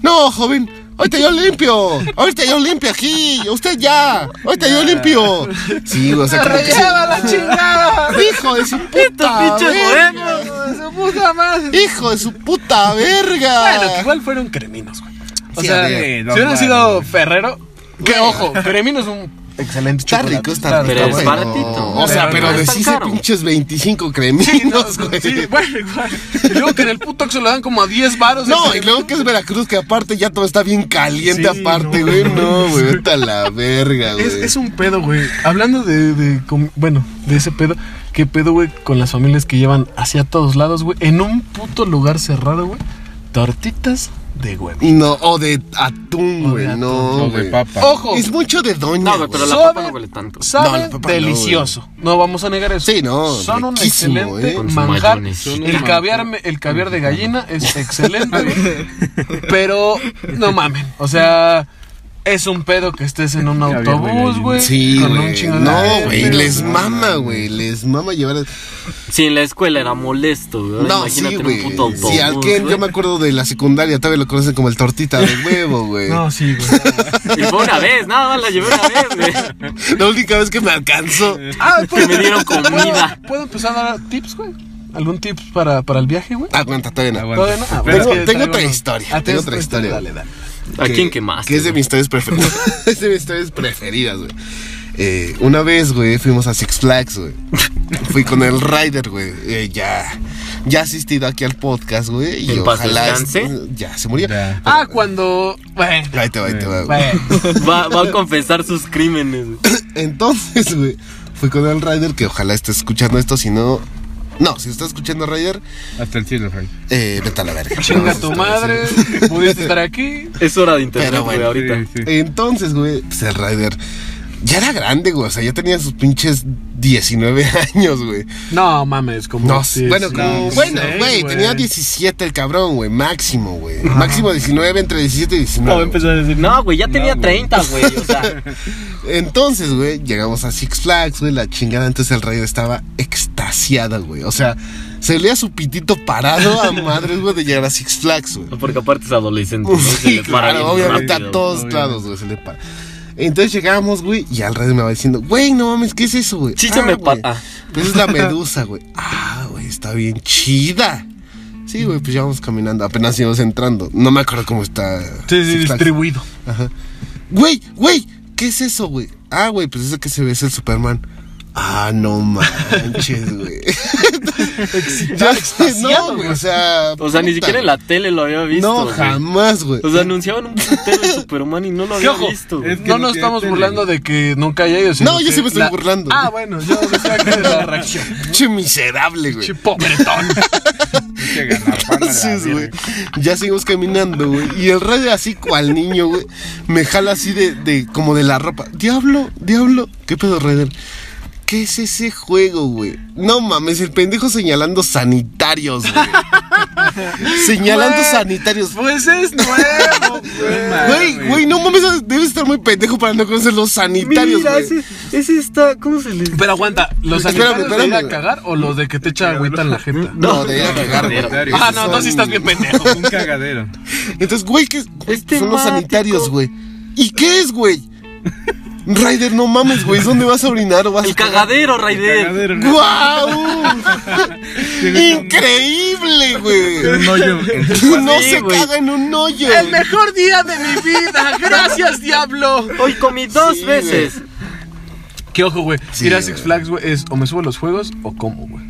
S3: no, joven, ahorita yo limpio. Ahorita yo limpio aquí. Usted ya. Ahorita yo limpio. Sí, güey, o sea, como que se-
S1: Relleva la chingada.
S3: Hijo de su
S4: Estos
S3: puta.
S4: pinches
S3: verga.
S4: bohemios.
S1: Ah, Su puta madre.
S3: Hijo de su puta verga.
S1: Bueno, que igual fueron creminos, güey. O
S3: Sí,
S1: sea,
S3: a ver,
S1: si
S2: no
S1: hubieran
S2: mames,
S1: sido
S2: güey.
S1: Ferrero, que ojo, cremino es un excelente
S3: Está
S1: chocolate.
S3: rico, está rico.
S4: Pero es
S3: güey.
S4: baratito.
S3: O sea,
S1: Pero
S3: pero
S1: no
S4: es tan
S3: deshice
S4: caro.
S3: pinches 25
S1: No,
S3: creminos, güey.
S1: sí, bueno, igual. Y luego que en el puto Oxxo le dan como a 10 varos. de
S3: No, y
S1: crema.
S3: luego que es Veracruz, que aparte ya todo está bien caliente,
S1: Sí,
S3: aparte,
S1: no.
S3: güey. No, güey, vete a la verga, güey.
S1: Es, es un pedo, güey. Hablando de, de com- bueno, de ese pedo, qué pedo, güey, con las familias que llevan hacia todos lados, güey, en un puto lugar cerrado, güey, tortitas de huevo.
S3: No, o de atún,
S1: O
S3: güey,
S1: de
S3: no,
S2: No,
S3: güey.
S2: de papa.
S1: Ojo,
S3: Es mucho de doña,
S4: No,
S3: güey.
S4: güey, pero la
S1: Suave.
S4: papa no huele tanto.
S3: No,
S1: sabe
S3: la papa no,
S1: delicioso. No, vamos a negar eso.
S3: Sí, no,
S1: Son un
S3: riquísimo,
S1: excelente
S3: ¿eh?
S4: Con su
S1: manjar.
S4: mayonesa.
S2: Son un
S1: El
S2: manjar.
S1: caviar, me- el caviar de gallina es excelente, güey. Pero no mamen. O sea, es un pedo que estés en un
S2: Caviar de
S1: autobús,
S2: gallina.
S1: güey.
S3: Sí,
S1: con un
S3: güey.
S1: chingo de
S3: No,
S1: gente,
S3: güey,
S1: o
S3: les
S1: sea,
S3: mama, güey. Les mama llevar.
S4: Si en la escuela era molesto, güey.
S3: No,
S4: Imagínate
S3: sí,
S4: en
S3: güey.
S4: un puto autobús.
S3: Si alguien, yo me acuerdo de la secundaria, todavía lo conocen como el tortita de huevo, güey.
S1: No, sí, güey.
S4: Y fue una vez, nada más la llevé una vez, güey.
S3: La única vez que me alcanzó.
S1: Ah,
S4: Que me dieron comida.
S1: ¿Puedo, puedo empezar a dar tips, güey? ¿Algún tips para, para el viaje, güey?
S3: Aguanta, todavía no.
S2: Aguanta.
S1: Todavía no. Ah,
S2: Pero
S1: es
S3: tengo-
S1: que
S3: tengo
S1: traigo
S3: otra
S1: uno.
S3: historia,
S1: Ah,
S3: tengo
S1: tienes
S3: otra
S1: otra
S3: historia.
S1: Dale, dale.
S4: ¿A
S3: que-
S4: quién quemaste?
S3: Que es de mis historias preferidas. es de mis historias preferidas, güey. Eh, una vez, güey, fuimos a Six Flags, güey. Fui con el Rider, güey. Eh, ya. Ya asistido aquí al podcast, güey. Y
S4: ¿En paz
S3: ojalá.
S4: descanse?
S3: Ya, se murió.
S2: Ya.
S1: Ah, cuando. Bueno,
S3: Ahí te va, ahí te va, güey.
S1: bueno.
S4: Va, va a confesar sus crímenes, güey.
S3: Entonces, güey, fui con el Rider, que ojalá esté escuchando esto, si no. No, si está escuchando Rider,
S2: Hasta el cielo, Frank.
S3: eh, vete a la verga.
S1: Chinga
S3: No,
S1: tu
S3: está-
S1: madre. Pudiste estar aquí.
S4: Es hora de internet,
S3: Pero bueno.
S4: güey, ahorita.
S2: Sí, sí.
S3: Entonces, güey, pues el Rider Ya era grande, güey. O sea, ya tenía sus pinches 19 años, güey.
S1: No mames, como.
S3: No,
S1: si es-
S3: bueno, como-
S1: no,
S3: bueno,
S1: seis,
S3: güey, tenía 17 el cabrón, güey, máximo, güey. Máximo 19, entre 17 y 19.
S1: No, empezó a decir,
S4: No, güey, ya tenía
S2: güey.
S4: 30, güey. O sea,
S3: Entonces, güey, llegamos a Six Flags, güey, la chingada. Antes el rayo estaba extasiada, güey. O sea, se leía su pitito parado a madres, güey, de llegar a Six Flags, güey.
S4: porque aparte es adolescente. ¿no? Se
S3: Sí,
S4: le para
S3: claro,
S4: bien
S3: obviamente
S4: rápido.
S3: a todos
S2: obviamente.
S3: lados, güey, se le para. Entonces llegamos, güey, y al radio me va diciendo, güey, no mames, ¿qué es eso, güey? "Ah,
S4: Sí, se me
S3: güey,
S4: pata.
S3: Pues es la medusa, güey. Ah, güey, está bien chida. Sí, güey, pues ya vamos caminando, apenas íbamos entrando. No me acuerdo cómo está.
S1: Sí, sí,
S3: Six Flags.
S1: distribuido.
S3: Güey, güey, ¿qué es eso, güey? Ah, güey, pues eso que se ve es el Superman. Ah, no manches, güey. ya no, güey, o sea.
S4: O sea, ni
S3: puta,
S4: siquiera en la tele lo había visto.
S3: No,
S4: güey.
S3: jamás, güey.
S4: O sea, anunciaban un putero de Superman y no lo
S1: ¿Qué
S4: había
S1: ojo?
S4: visto. güey.
S2: Es que
S1: no
S2: no
S1: nos
S2: tiene
S1: estamos
S2: tele.
S1: burlando de que nunca haya ido. sino
S3: No, yo
S1: que
S3: sí me estoy burlando.
S1: Ah, bueno, yo decía que de la reacción.
S3: Pinche miserable, güey.
S1: Che, pobretón.
S2: Pinche ganapán a la
S3: Entonces,
S2: verga.
S3: güey, ya seguimos caminando, güey. Y el rey así cual niño, güey, me jala así de, de- como de la ropa. Diablo, diablo, ¿qué pedo, Raider? ¿Qué es ese juego, güey? No mames, el pendejo señalando sanitarios, güey. señalando
S1: Güey,
S3: sanitarios.
S1: Pues es nuevo, güey.
S3: Güey, güey, no mames, debes estar muy pendejo para no conocer los sanitarios,
S4: Mira,
S3: güey.
S4: ese, ese está. ¿Cómo se le
S1: Pero aguanta, ¿los
S3: Espérame,
S1: sanitarios de ir a
S3: espérame.
S1: cagar o los de que te echa agüita en la jeta?
S3: No, de ir a
S4: no,
S3: cagar, güey.
S2: sanitario.
S1: Ah, no, tú sí estás bien pendejo.
S2: Un cagadero.
S3: Entonces, güey, ¿qué es?
S4: Es
S1: Este
S3: son los
S4: temático.
S3: sanitarios, güey? ¿Y qué es, güey? Ryder, no mames, güey. ¿Dónde vas a orinar o vas
S4: El
S3: a cagar?
S4: cagadero, Raider.
S2: Cagadero. ¿no?
S3: ¡Guau! ¡Increíble, güey!
S2: Un hoyo en-
S3: No
S4: Sí,
S3: se
S4: güey.
S3: caga en un hoyo.
S1: mejor día de mi vida. Gracias, diablo.
S4: Hoy comí dos
S3: Sí,
S4: veces.
S1: Qué ojo, güey.
S3: Sí,
S1: ir a
S3: güey.
S1: Six Flags, güey, es o me subo a los juegos o como, güey.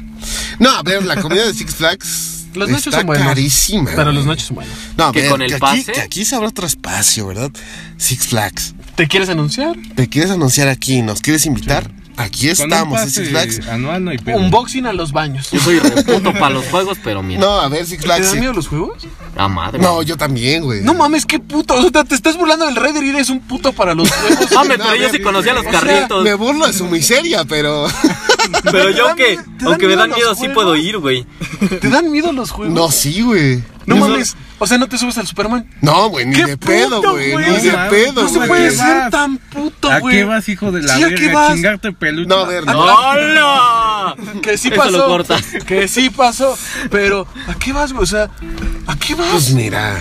S3: No, a ver, la comida de Six Flags
S1: Los nachos
S3: está
S1: son buenos.
S3: carísima.
S1: Pero
S3: güey.
S1: los noches son buenos.
S3: No, a
S4: Que
S3: ver,
S4: con el
S3: que aquí,
S4: pase-
S3: que aquí se habrá otro espacio, ¿verdad? Six Flags.
S1: ¿Te quieres anunciar?
S3: ¿Te quieres anunciar aquí? ¿Nos quieres invitar? Aquí
S2: Con
S3: estamos,
S2: un
S3: en Six Flags.
S2: pase anual no hay pedo.
S1: Unboxing a los baños.
S4: Yo soy reputo para los juegos, pero mira.
S3: No, a ver, Six
S1: ¿Te
S3: Flags.
S1: dan
S3: sí.
S1: miedo los juegos?
S4: Ah, madre.
S3: No, yo también, güey.
S1: No mames, qué puto. O sea, te estás burlando del Raider y eres un puto para los juegos.
S2: Ah,
S4: Hombre,
S3: No,
S4: pero yo
S3: mira,
S4: sí
S3: mira,
S4: conocía los
S1: o sea,
S4: carritos.
S3: Me burlo de su miseria, pero
S4: Pero yo
S1: dan-
S4: que,
S1: te dan
S4: aunque me
S1: miedo
S4: dan
S1: los
S4: miedo, sí
S1: juegos.
S4: puedo ir, güey.
S1: ¿Te dan miedo los juegos?
S3: no, sí, güey.
S1: No
S3: Yo-
S1: mames. O sea, no te subes al Superman.
S3: No, güey, ni
S1: ¡Qué
S3: de pedo,
S1: puto,
S3: güey.
S1: güey!
S3: Ni de
S2: No mames,
S3: pedo,
S1: No se
S3: güey.
S1: puede
S2: ¿A qué
S1: ser
S2: vas?
S1: tan puto,
S2: ¿A
S1: güey.
S2: qué vas, hijo de la
S1: Sí, ¿a qué
S2: verga?
S1: vas?
S2: Chingarte peluche.
S3: No, a ver, no.
S4: ¡Hola!
S1: Que sí
S4: Eso
S1: pasó.
S4: lo cortas.
S1: Que sí pasó. Pero, ¿a qué vas, güey? O sea, ¿a qué
S3: Pues
S1: vas?
S3: mira.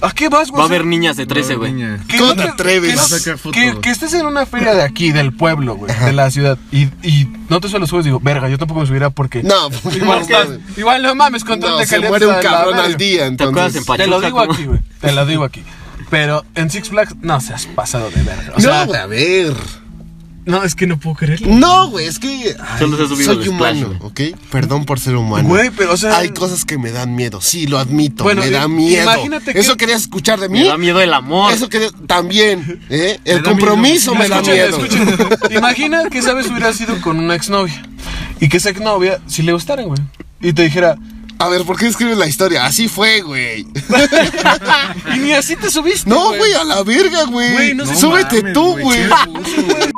S1: ¿A qué vas, güey?
S4: Va a
S1: O sea,
S4: haber niñas de 13, güey.
S2: Niña.
S1: que
S3: ¿Cómo
S1: no
S3: te atreves?
S1: que
S3: Va a
S2: sacar
S1: no-
S2: foto,
S1: Que,
S2: güey.
S1: que estés en una feria de aquí, del pueblo, güey, de la ciudad, y, y no te suelo subes, digo, verga, yo tampoco me subiera porque.
S3: No, pues,
S1: Igual,
S3: no,
S1: no, igual no mames, control
S3: no,
S1: de
S3: se
S1: calidad.
S3: muere un
S1: está de la
S3: cabrón al
S1: verga.
S3: día, entonces.
S4: ¿Te acuerdas en
S1: Te lo
S4: Pachuca,
S1: digo
S4: cómo?
S1: aquí, güey. Te lo digo aquí. Pero en Six Flags, no seas pasado de verga. O sea,
S3: No, güey, a ver.
S1: no, es que no puedo creerlo.
S3: No, güey, es que. ay,
S4: Solo se ha subido
S3: soy
S4: al splash,
S3: humano, ¿ok? Perdón por ser humano.
S1: Güey, pero, o sea-
S3: Hay cosas que me dan miedo, sí, lo admito.
S1: Bueno,
S3: me da
S1: im-
S3: miedo.
S1: imagínate que-
S3: Eso querías escuchar de mí.
S4: Me da miedo el amor.
S3: Eso querías. También, ¿eh?
S2: Me
S3: El
S2: da
S3: compromiso
S2: miedo.
S3: me da
S1: Escuchen,
S3: miedo.
S1: escuchen. Imagina que esa vez hubiera sido con una exnovia. Y que esa exnovia, si le gustaran, güey. Y te dijera,
S3: A ver, ¿por qué escribes la historia? Así fue, güey.
S1: y ni así te subiste.
S3: No, güey, a la verga, güey.
S1: Güey, no sé-
S3: Súbete
S2: mames,
S3: tú,
S2: güey,
S3: güey.
S2: qué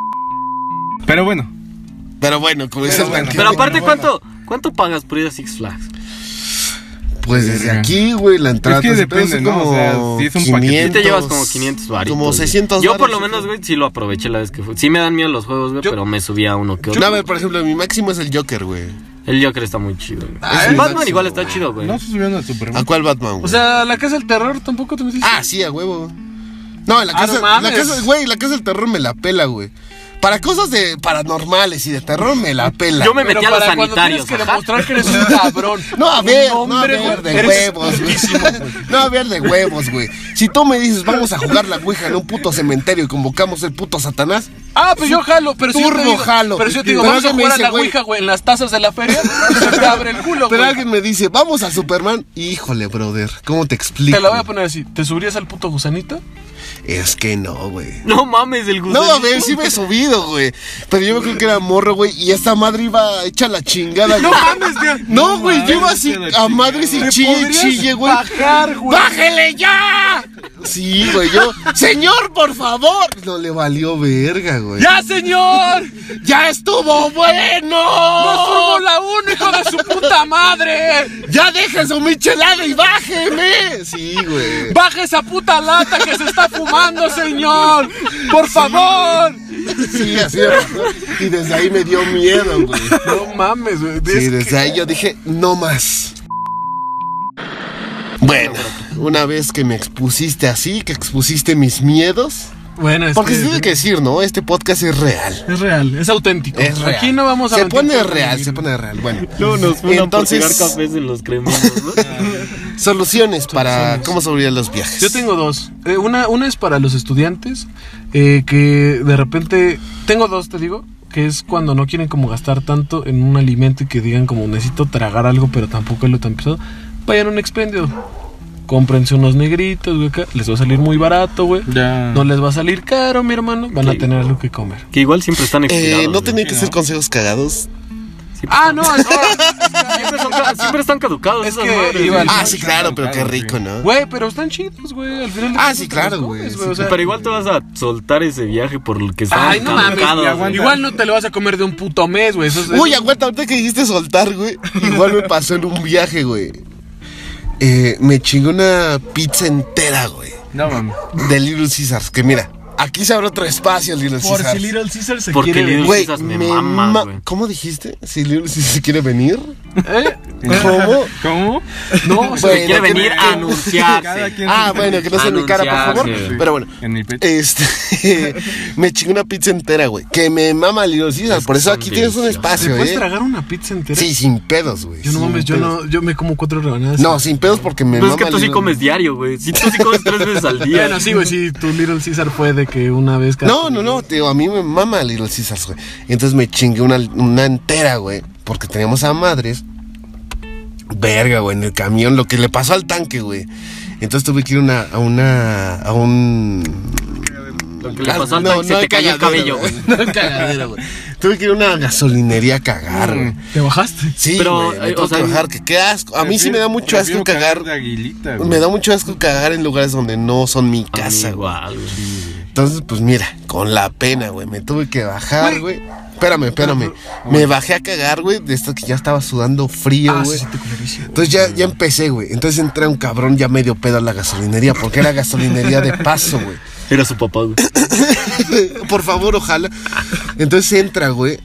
S2: Pero bueno,
S3: Pero bueno, como dice el banquero.
S4: Pero aparte, ¿cuánto, ¿cuánto pagas por ir a Six Flags?
S3: Pues desde
S2: Verga.
S3: aquí, güey, la entrada.
S2: Es que
S3: te hace
S2: depende,
S3: pesos
S2: ¿no? O sea, si es un paquete.
S4: Sí te llevas como 500 varitos.
S3: Como
S4: güey.
S3: 600
S4: Yo por lo
S3: varos,
S4: menos,
S3: sí.
S4: güey, sí lo aproveché la vez que fui. Sí me dan miedo los juegos, güey,
S1: Yo-
S4: pero me subí a uno que otro.
S3: No, a ver, por ejemplo, mi máximo es el Joker, güey.
S4: El Joker está muy chido, güey.
S3: Ah,
S4: el
S3: es
S4: Batman
S3: máximo,
S4: igual está
S3: güey.
S4: chido, güey.
S2: no se subieron al
S3: ¿A
S2: Superman.
S3: cuál Batman, güey?
S1: O sea, la casa del terror tampoco te metiste.
S3: ah, sí, a huevo. No, en la
S1: Ah,
S3: casa,
S1: no mames.
S3: la casa, güey, la casa del terror me la pela, güey. Para cosas de paranormales y de terror me la pela.
S4: Yo me
S1: Pero
S4: metí a los
S1: para cuando
S4: sanitarios.
S1: Tienes que
S4: ajá.
S1: demostrar que eres un cabrón.
S3: No, a ver,
S1: Un hombre,
S3: no, a ver,
S1: güey,
S3: de
S1: eres
S3: huevos, güey. No, a ver, de huevos, güey. Si tú me dices, vamos a jugar la Ouija en un puto cementerio y convocamos el puto Satanás,
S1: Ah, pues yo jalo, pero si yo te
S3: Turbo
S1: digo,
S3: jalo.
S1: Pero si yo te digo,
S3: Pero
S1: vamos a
S3: alguien me
S1: jugar a
S3: dice,
S1: la
S3: güey.
S1: ouija, güey, en las tazas de la feria, se te abre el culo,
S3: Pero
S1: güey.
S3: alguien me dice, vamos a Superman. Híjole, brother, ¿cómo te explico?
S1: Te la voy a poner así, ¿te subirías al puto gusanito?
S3: Es que no, güey.
S4: No mames, el gusto.
S3: No, a ver, sí me he subido, güey. Pero yo me creo que era morro, güey. Y esta madre iba hecha la chingada. güey.
S1: mames, güey.
S3: No, güey,
S2: mames,
S3: yo iba así
S2: hecha la
S3: a
S2: chingada.
S3: madres y
S1: ¿Me
S3: chille y
S1: podrías
S3: chille, güey.
S1: Bajar, güey.
S3: ¡Bájele ya! Sí, güey, yo. ¡Señor, por favor! No le valió verga, güey.
S1: ¡Ya, señor!
S3: ¡Ya estuvo bueno!
S1: ¡Fórmula 1, hijo de su puta madre!
S3: ¡Ya deja su michelada y bájeme! Sí, güey.
S1: ¡Baja esa puta lata que se está fumando, señor! ¡Por favor!
S3: Sí, así me pasó. Y desde ahí me dio miedo, güey.
S1: No mames, güey.
S3: Sí,
S1: Es-
S3: desde ahí yo dije, no más. Bueno, una vez que me expusiste así, que expusiste mis miedos.
S1: Bueno, es
S3: Porque
S1: que-
S3: se tiene que decir, ¿no? Este podcast es real.
S1: Es real, es auténtico.
S3: Es real.
S1: Aquí no vamos a
S3: Se
S1: mentir
S3: pone
S1: por
S3: real,
S1: vivir.
S3: se pone real. Bueno,
S4: Luego nos funan
S3: Entonces-
S4: por tirar cafés en los cremosos, ¿no?
S3: soluciones para cómo sobrevivir a los viajes.
S1: Yo tengo dos. Eh, una, una es para los estudiantes eh, que de repente... Tengo dos, te digo, que es cuando no quieren como gastar tanto en un alimento y que digan como necesito tragar algo pero tampoco es lo tan pesado. Vayan a un expendio. Cómprense unos negritos, güey. acá. Les va a salir muy barato, güey.
S3: Ah,
S2: Ya.
S1: No les va a salir caro, mi hermano. Van a
S4: Sí.
S1: tener algo que comer.
S4: Que igual siempre están
S3: Eh,
S4: expirados.
S3: no
S4: güey.
S3: tenía que
S2: Sí,
S3: ser
S2: no.
S3: consejos cagados.
S1: Ah, no, es
S4: Siempre, son ca- siempre están caducados
S1: Es
S4: esas
S1: que
S4: madres,
S1: igual-
S4: güey.
S3: Ah, sí, claro, pero qué
S2: claro,
S3: rico,
S2: sí.
S3: ¿no?
S1: Güey, pero están chidos, güey. Al final de
S3: Ah,
S1: cuentas
S3: sí,
S1: te los
S3: claro,
S1: comes,
S3: güey, sí,
S1: o sea,
S4: Pero igual te vas a soltar ese viaje por el que están
S1: Ay, no mames,
S2: ni
S4: caducados, güey.
S2: aguanta.
S1: Igual no te lo vas a comer de un puto mes, güey. Eso es-
S3: Uy,
S1: eso-
S3: aguanta, ahorita que dijiste soltar, güey. Igual me pasó en un viaje, güey. Eh, me chingué una pizza entera, güey.
S2: No, mames.
S3: De Little Caesars. Que mira, aquí se abre otro espacio, Little
S1: Por
S3: Caesars.
S1: si Little Caesar se
S4: Porque
S1: quiere...
S4: Little-
S1: venir.
S3: Güey,
S4: Caesars me
S3: me
S4: mamas,
S3: ma-
S4: güey.
S3: ¿Cómo dijiste? Si Little Caesars quiere venir.
S1: ¿Eh?
S3: ¿Cómo?
S2: ¿Cómo?
S1: No, o sea,
S3: Bueno,
S4: Quiere
S3: que-
S4: venir ah. a
S3: que-
S2: Cada
S4: anunciarse.
S2: quien-
S3: Ah, bueno, que no sea mi cara, por favor.
S4: Anunciarse.
S3: Pero bueno.
S2: En mi pecho.
S3: Este, me chingué una pizza entera, güey. Que me mama Little Caesars. Por eso
S4: son
S3: aquí tienes un
S4: deliciosas.
S1: ¿Te
S3: espacio,
S1: puedes
S3: eh.
S1: tragar una pizza entera?
S3: Sí, sin pedos, güey.
S1: Yo no
S3: sin
S1: mames, yo
S3: pedos.
S1: no... Yo me como cuatro rebanadas.
S3: No, sin pedos porque me
S4: Pero
S3: mama
S4: Pues es que tú sí
S3: Little-
S4: comes diario, güey. Si tú sí comes tres veces al día.
S1: Bueno, sí, güey, sí. Tu Little Caesar fue de que una vez... cada-
S3: No, no, no, tío, a mí me mama Little Caesars, güey. Entonces me chingué una, una entera, güey, porque teníamos a madres. Verga, güey, en el camión, lo que le pasó al tanque, güey. Entonces tuve que ir una, a una, a un...
S4: Lo que le pasó al
S3: No,
S4: tanque, se
S3: no hay
S4: te cayó el
S3: cagadero,
S4: cabello,
S3: güey.
S4: güey.
S3: No hay cagadero, güey. Tuve que ir a una gasolinería a cagar, güey.
S1: ¿Te bajaste?
S3: Sí,
S4: Mm. Pero,
S3: güey, me
S4: eh, o
S3: tengo que
S4: sea,
S3: bajar, que qué asco. A mí sí
S2: Prefiero-
S3: me da mucho asco
S2: prefiero
S3: cagar.
S2: de aguilita, güey.
S3: Me da mucho asco cagar en lugares donde no son mi casa, güey.
S4: Igual, güey.
S3: Entonces, pues mira, con la pena, güey, me tuve que bajar,
S1: Güey.
S3: güey. Espérame, espérame. Me bajé a cagar, güey, de esto que ya estaba sudando frío,
S1: Ah, sí,
S3: güey.
S1: sí, te culerísimo.
S3: Entonces ya, ya empecé, güey. Entonces entré un cabrón ya medio pedo a la gasolinería, porque era gasolinería de paso, güey.
S4: Era su papá, güey.
S3: Por favor, ojalá. Entonces entra, güey.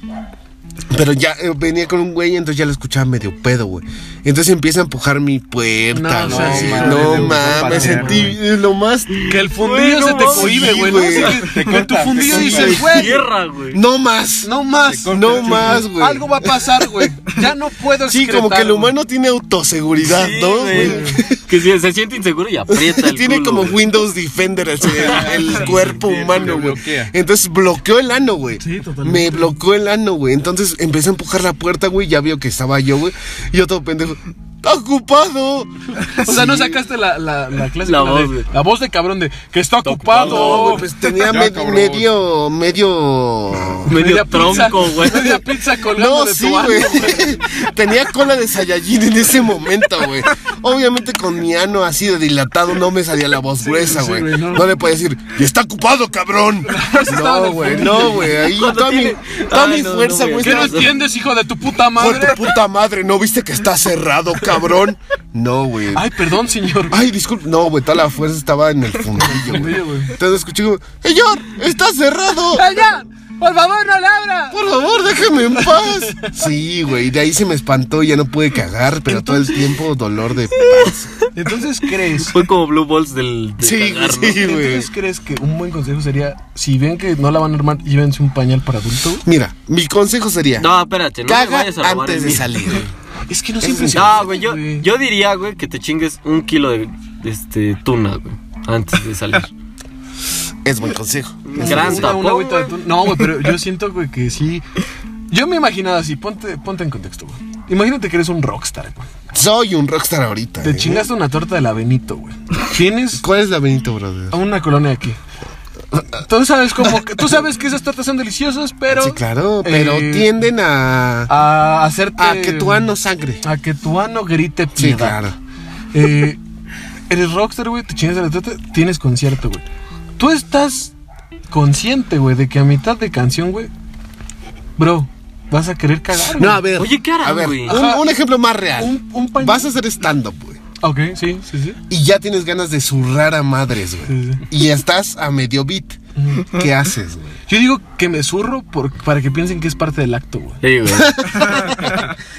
S3: Pero ya eh, venía con un güey, entonces ya lo escuchaba medio pedo, güey. Entonces empieza a empujar mi puerta,
S1: No,
S3: güey.
S1: sí,
S3: No,
S2: sí,
S3: mames, me
S2: sí,
S3: sentí
S2: sí.
S3: eh, lo más
S1: Que el fundillo
S4: Güey, no
S1: se te
S4: mames,
S1: cohibe,
S3: sí,
S1: güey. ¿no?
S3: güey.
S1: Así que
S2: Te
S1: Con tu
S2: corta,
S1: fundillo
S2: te
S1: dices,
S2: corta.
S1: güey,
S4: Tierra, güey.
S3: No más.
S1: no más.
S2: Te corta
S3: No
S2: el
S3: más, güey.
S1: Algo va a pasar, güey. Ya no puedo
S3: Sí, como que el humano tiene autoseguridad,
S4: Sí,
S3: ¿no?
S4: güey. Que si se siente inseguro y aprieta el
S3: Tiene
S4: culo,
S3: como
S4: güey.
S3: Windows Defender así, el, el cuerpo
S2: sí,
S3: humano,
S2: lo
S3: güey.
S2: bloquea.
S3: Entonces bloqueó el ano, güey.
S1: Sí, totalmente.
S3: Me bloqueó el ano, güey. Entonces empecé a empujar la puerta, güey. Ya vio que estaba yo, güey. Y yo todo pendejo. ¡Está ocupado!
S1: O sea, no sacaste la, la, la clásica,
S4: La
S1: la
S4: voz,
S1: de-
S4: güey.
S1: la voz de cabrón de que está ocupado.
S3: No, güey, pues tenía
S2: Ya,
S3: med-
S2: cabrón.
S3: medio, medio.
S4: Medio tronco,
S1: pizza,
S4: güey.
S1: Media pizza colgando
S3: No,
S1: de
S3: sí,
S1: tu ano,
S3: güey. Tenía cola de Saiyajin en ese momento, güey. Obviamente con mi ano así de dilatado no me salía la voz gruesa,
S1: sí,
S3: güey.
S1: güey,
S3: no.
S1: no.
S3: le podía decir, ¡y está ocupado, cabrón!
S1: estaba en
S3: No,
S1: el
S3: güey,
S1: fundillo.
S3: no, güey. Ahí
S4: Cuando
S3: toda mi,
S4: tiene-
S3: toda
S4: Ay,
S3: mi
S4: no, no,
S3: fuerza,
S4: güey.
S3: güey.
S1: ¿Qué no
S3: estaba-
S1: entiendes, hijo de tu puta
S3: Por
S1: madre?
S3: tu puta madre, ¿no viste que está cerrado, cabrón? No, güey.
S1: Ay, perdón, señor.
S3: Ay, disculpe. No, güey, toda la fuerza estaba en el fundillo, güey.
S1: Fundillo, güey.
S3: Entonces escuché como, ¡Señor, está cerrado!
S1: ¡Allá! ¡Por favor, no le abra!
S3: Por favor, déjeme en paz. Sí, güey, de ahí se me espantó y ya no pude cagar, pero todo el tiempo dolor de paz.
S1: Entonces, ¿crees?
S4: Fue como Blue Balls del. de
S3: Sí,
S4: cagar, ¿no?
S3: sí, güey.
S1: Entonces, ¿crees que un buen consejo sería, si ven que no la van a armar, llévense un pañal para adulto? güey?
S3: Mira, mi consejo sería,
S4: No, espérate, no te
S3: caga
S4: vayas a robar
S3: antes
S4: el
S3: de
S4: mío.
S3: salir.
S1: Es que no siempre se
S4: No, güey, yo,
S1: güey.
S4: yo diría, güey, que te chingues un kilo de este, tuna, güey, antes de salir.
S3: Es buen consejo.
S4: Gran
S1: Una- una
S4: tapón,
S1: agüita de
S4: güey.
S1: atún. No, güey, pero yo siento, güey, que sí. Yo me imaginaba así, ponte, ponte en contexto, güey. Imagínate que eres un rockstar, güey.
S3: Soy un rockstar ahorita.
S1: Te
S3: ¿eh?
S1: chingaste una torta de la Benito, güey. Tienes
S3: ¿Cuál es la Benito, brother?
S1: a una colonia aquí. Tú sabes como que, tú sabes que esas tortas son deliciosas, pero
S3: sí, claro, pero
S1: eh,
S3: tienden a,
S1: a hacerte
S3: a que tu ano sangre.
S1: a que tu ano grite
S3: Sí,
S1: piedad.
S3: claro.
S1: Eh, eres rockstar, güey, te chingas de la torta, tienes concierto, güey. Tú estás consciente, güey, de que a mitad de canción, güey, bro, vas a querer cagar.
S3: No,
S1: güey.
S3: a ver.
S4: Oye, ¿qué harán,
S3: A ver,
S4: güey?
S3: un, un ejemplo más real.
S1: Un- un pañuelo.
S3: Vas a hacer stand-up, güey.
S1: Ok, sí, sí, sí.
S3: Y ya tienes ganas de zurrar a madres,
S1: Sí,
S3: güey.
S1: sí.
S3: Y estás a medio beat. ¿Qué haces, güey?
S1: Yo digo que me zurro por- para que piensen que es parte del acto, güey.
S4: Sí, güey.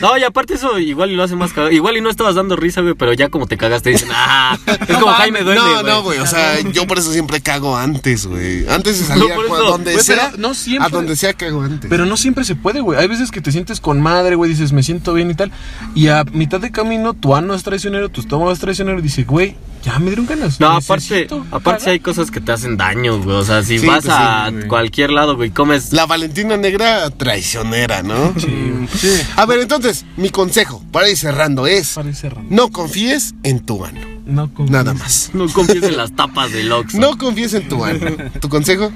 S4: No, y aparte eso igual y lo hace más cagado. Igual y no estabas dando risa, güey, pero ya como te cagaste dicen, ah, es como Jaime Duele,
S3: No, no, güey. O sea, yo por eso siempre cago antes, güey. Antes de salir
S4: No, por
S3: a, cu-
S4: eso.
S3: donde
S1: Güey,
S3: sea.
S1: Pues, pero no siempre.
S3: A donde sea cago antes.
S1: Pero no siempre se puede, güey. Hay veces que te sientes con madre, güey, dices, me siento bien y tal. Y a mitad de camino, tu ano es traicionero, tu estómago es traicionero y dices, güey, ya me dieron ganas.
S4: No, aparte,
S1: necesito
S4: aparte sí hay cosas que te hacen daño, güey. O sea, si
S3: Sí,
S4: vas
S3: pues sí,
S4: a
S2: güey.
S4: cualquier lado, güey, comes.
S3: La Valentina Negra traicionera, ¿no?
S1: cagar". Sí, sí,
S3: A ver, entonces, mi consejo para ir cerrando es:
S1: para ir cerrando.
S3: no confíes en tu ano.
S1: No confíes.
S3: Nada más.
S4: No confíes en las tapas del Oxxo.
S3: No confíes en tu ano. ¿Tu consejo?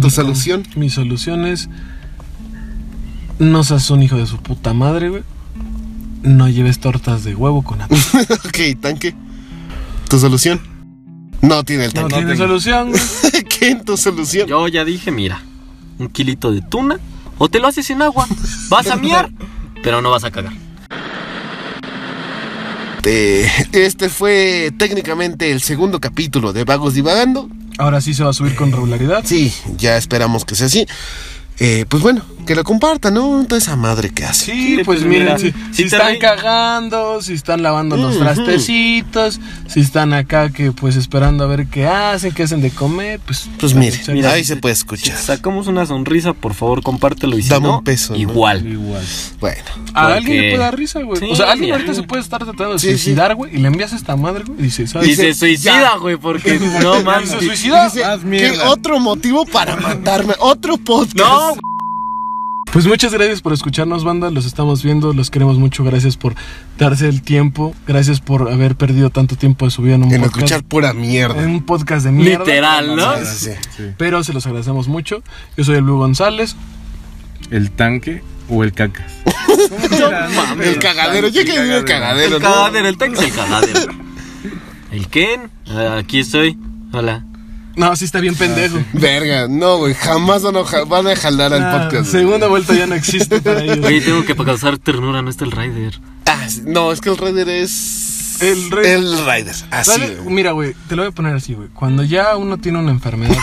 S3: ¿Tu solución?
S1: Mi solución es. No seas un hijo de su puta madre, güey. No lleves tortas de huevo con atún.
S3: ok, tanque. ¿Tu solución? No tiene el
S1: No
S3: tanque.
S1: tiene
S2: tengo.
S1: solución, güey.
S3: ¿Qué en tu solución?
S4: Yo ya dije, mira, un kilito de tuna o te lo haces en agua. Vas a miar, pero no vas a cagar.
S3: Este, este fue técnicamente el segundo capítulo de Vagos Divagando.
S1: Ahora sí se va a subir
S4: Eh.
S1: con regularidad.
S3: Sí, ya esperamos que sea así. Eh, pues bueno, que lo compartan, ¿no? Toda esa madre que hace.
S1: Sí,
S4: Sí,
S1: pues
S4: pues
S1: miren,
S4: mira,
S1: si,
S4: si
S1: si
S4: te
S1: están
S4: ri-
S1: cagando, si están lavando los
S3: Ujú.
S1: trastecitos, si están acá que pues esperando a ver qué hacen, qué hacen de comer, pues...
S3: Pues mire,
S4: Mira,
S3: ahí se puede
S4: Si te
S3: escuchar.
S4: sacamos una sonrisa, por favor, compártelo y si
S3: Dame
S4: no,
S3: un peso, ¿no?
S4: igual.
S2: Igual.
S3: Bueno,
S1: A alguien le
S4: porque-
S1: puede dar risa, güey.
S4: Sí,
S1: o sea, alguien
S4: mira.
S1: ahorita se puede estar tratando de
S3: Sí, sí.
S1: suicidar, güey, y le envías esta madre, güey, y dice,
S4: Y
S1: ¿sabes?
S4: se suicida, güey, porque no
S1: Y
S4: mames.
S1: se suicida.
S3: dice,
S2: Haz
S3: ¿qué
S2: Ah, mierda.
S3: otro motivo para matarme? Otro podcast.
S4: No, güey.
S1: Pues muchas gracias por escucharnos, banda. Los estamos viendo, los queremos mucho. Gracias por darse el tiempo. Gracias por haber perdido tanto tiempo de su vida en un
S3: en
S1: podcast.
S3: escuchar pura
S1: En
S3: mierda.
S1: un podcast de mierda.
S4: literal, ¿no?
S3: Sí, sí, sí.
S1: Pero se los agradecemos mucho. Yo soy el Blue González.
S2: ¿El tanque o el cacas?
S3: El cagadero, yo que digo el cagadero,
S4: El
S3: ¿no?
S4: cadáver, el tanque es el cadáver. ¿El Ken? Ah, Aquí estoy. Hola.
S1: No, sí
S3: Ah,
S1: está bien pendejo.
S3: Verga, no, güey, jamás van a, ja- van a jalar al
S1: Ah,
S3: podcast. güey.
S1: segunda vuelta ya no existe para ellos.
S4: Oye, tengo que causar ternura, no está el Raider.
S3: Ah, sí, no, es que el Raider es.
S1: El Raider.
S3: El Raider, así.
S1: Dale,
S3: güey.
S1: mira, güey, te lo voy a poner así, güey. Cuando ya uno tiene una enfermedad.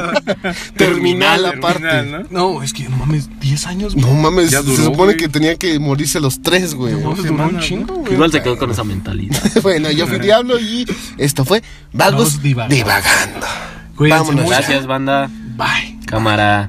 S3: Terminal, aparte.
S1: no, es que no mames, 10 años, güey.
S3: No mames,
S2: Ya duró,
S3: se supone
S2: güey.
S3: que tenía que morirse los tres, güey.
S1: No mames, duró
S2: semanas,
S1: un
S2: ¿no?
S1: chingo, güey.
S4: Igual se quedó con esa mentalidad.
S3: bueno, yo fui Diablo y esto fue Vagos
S1: Vagos divagando.
S3: divagando.
S1: Cuídense
S3: Vámonos.
S1: mucho.
S4: Gracias, banda.
S1: Bye.
S4: Cámara.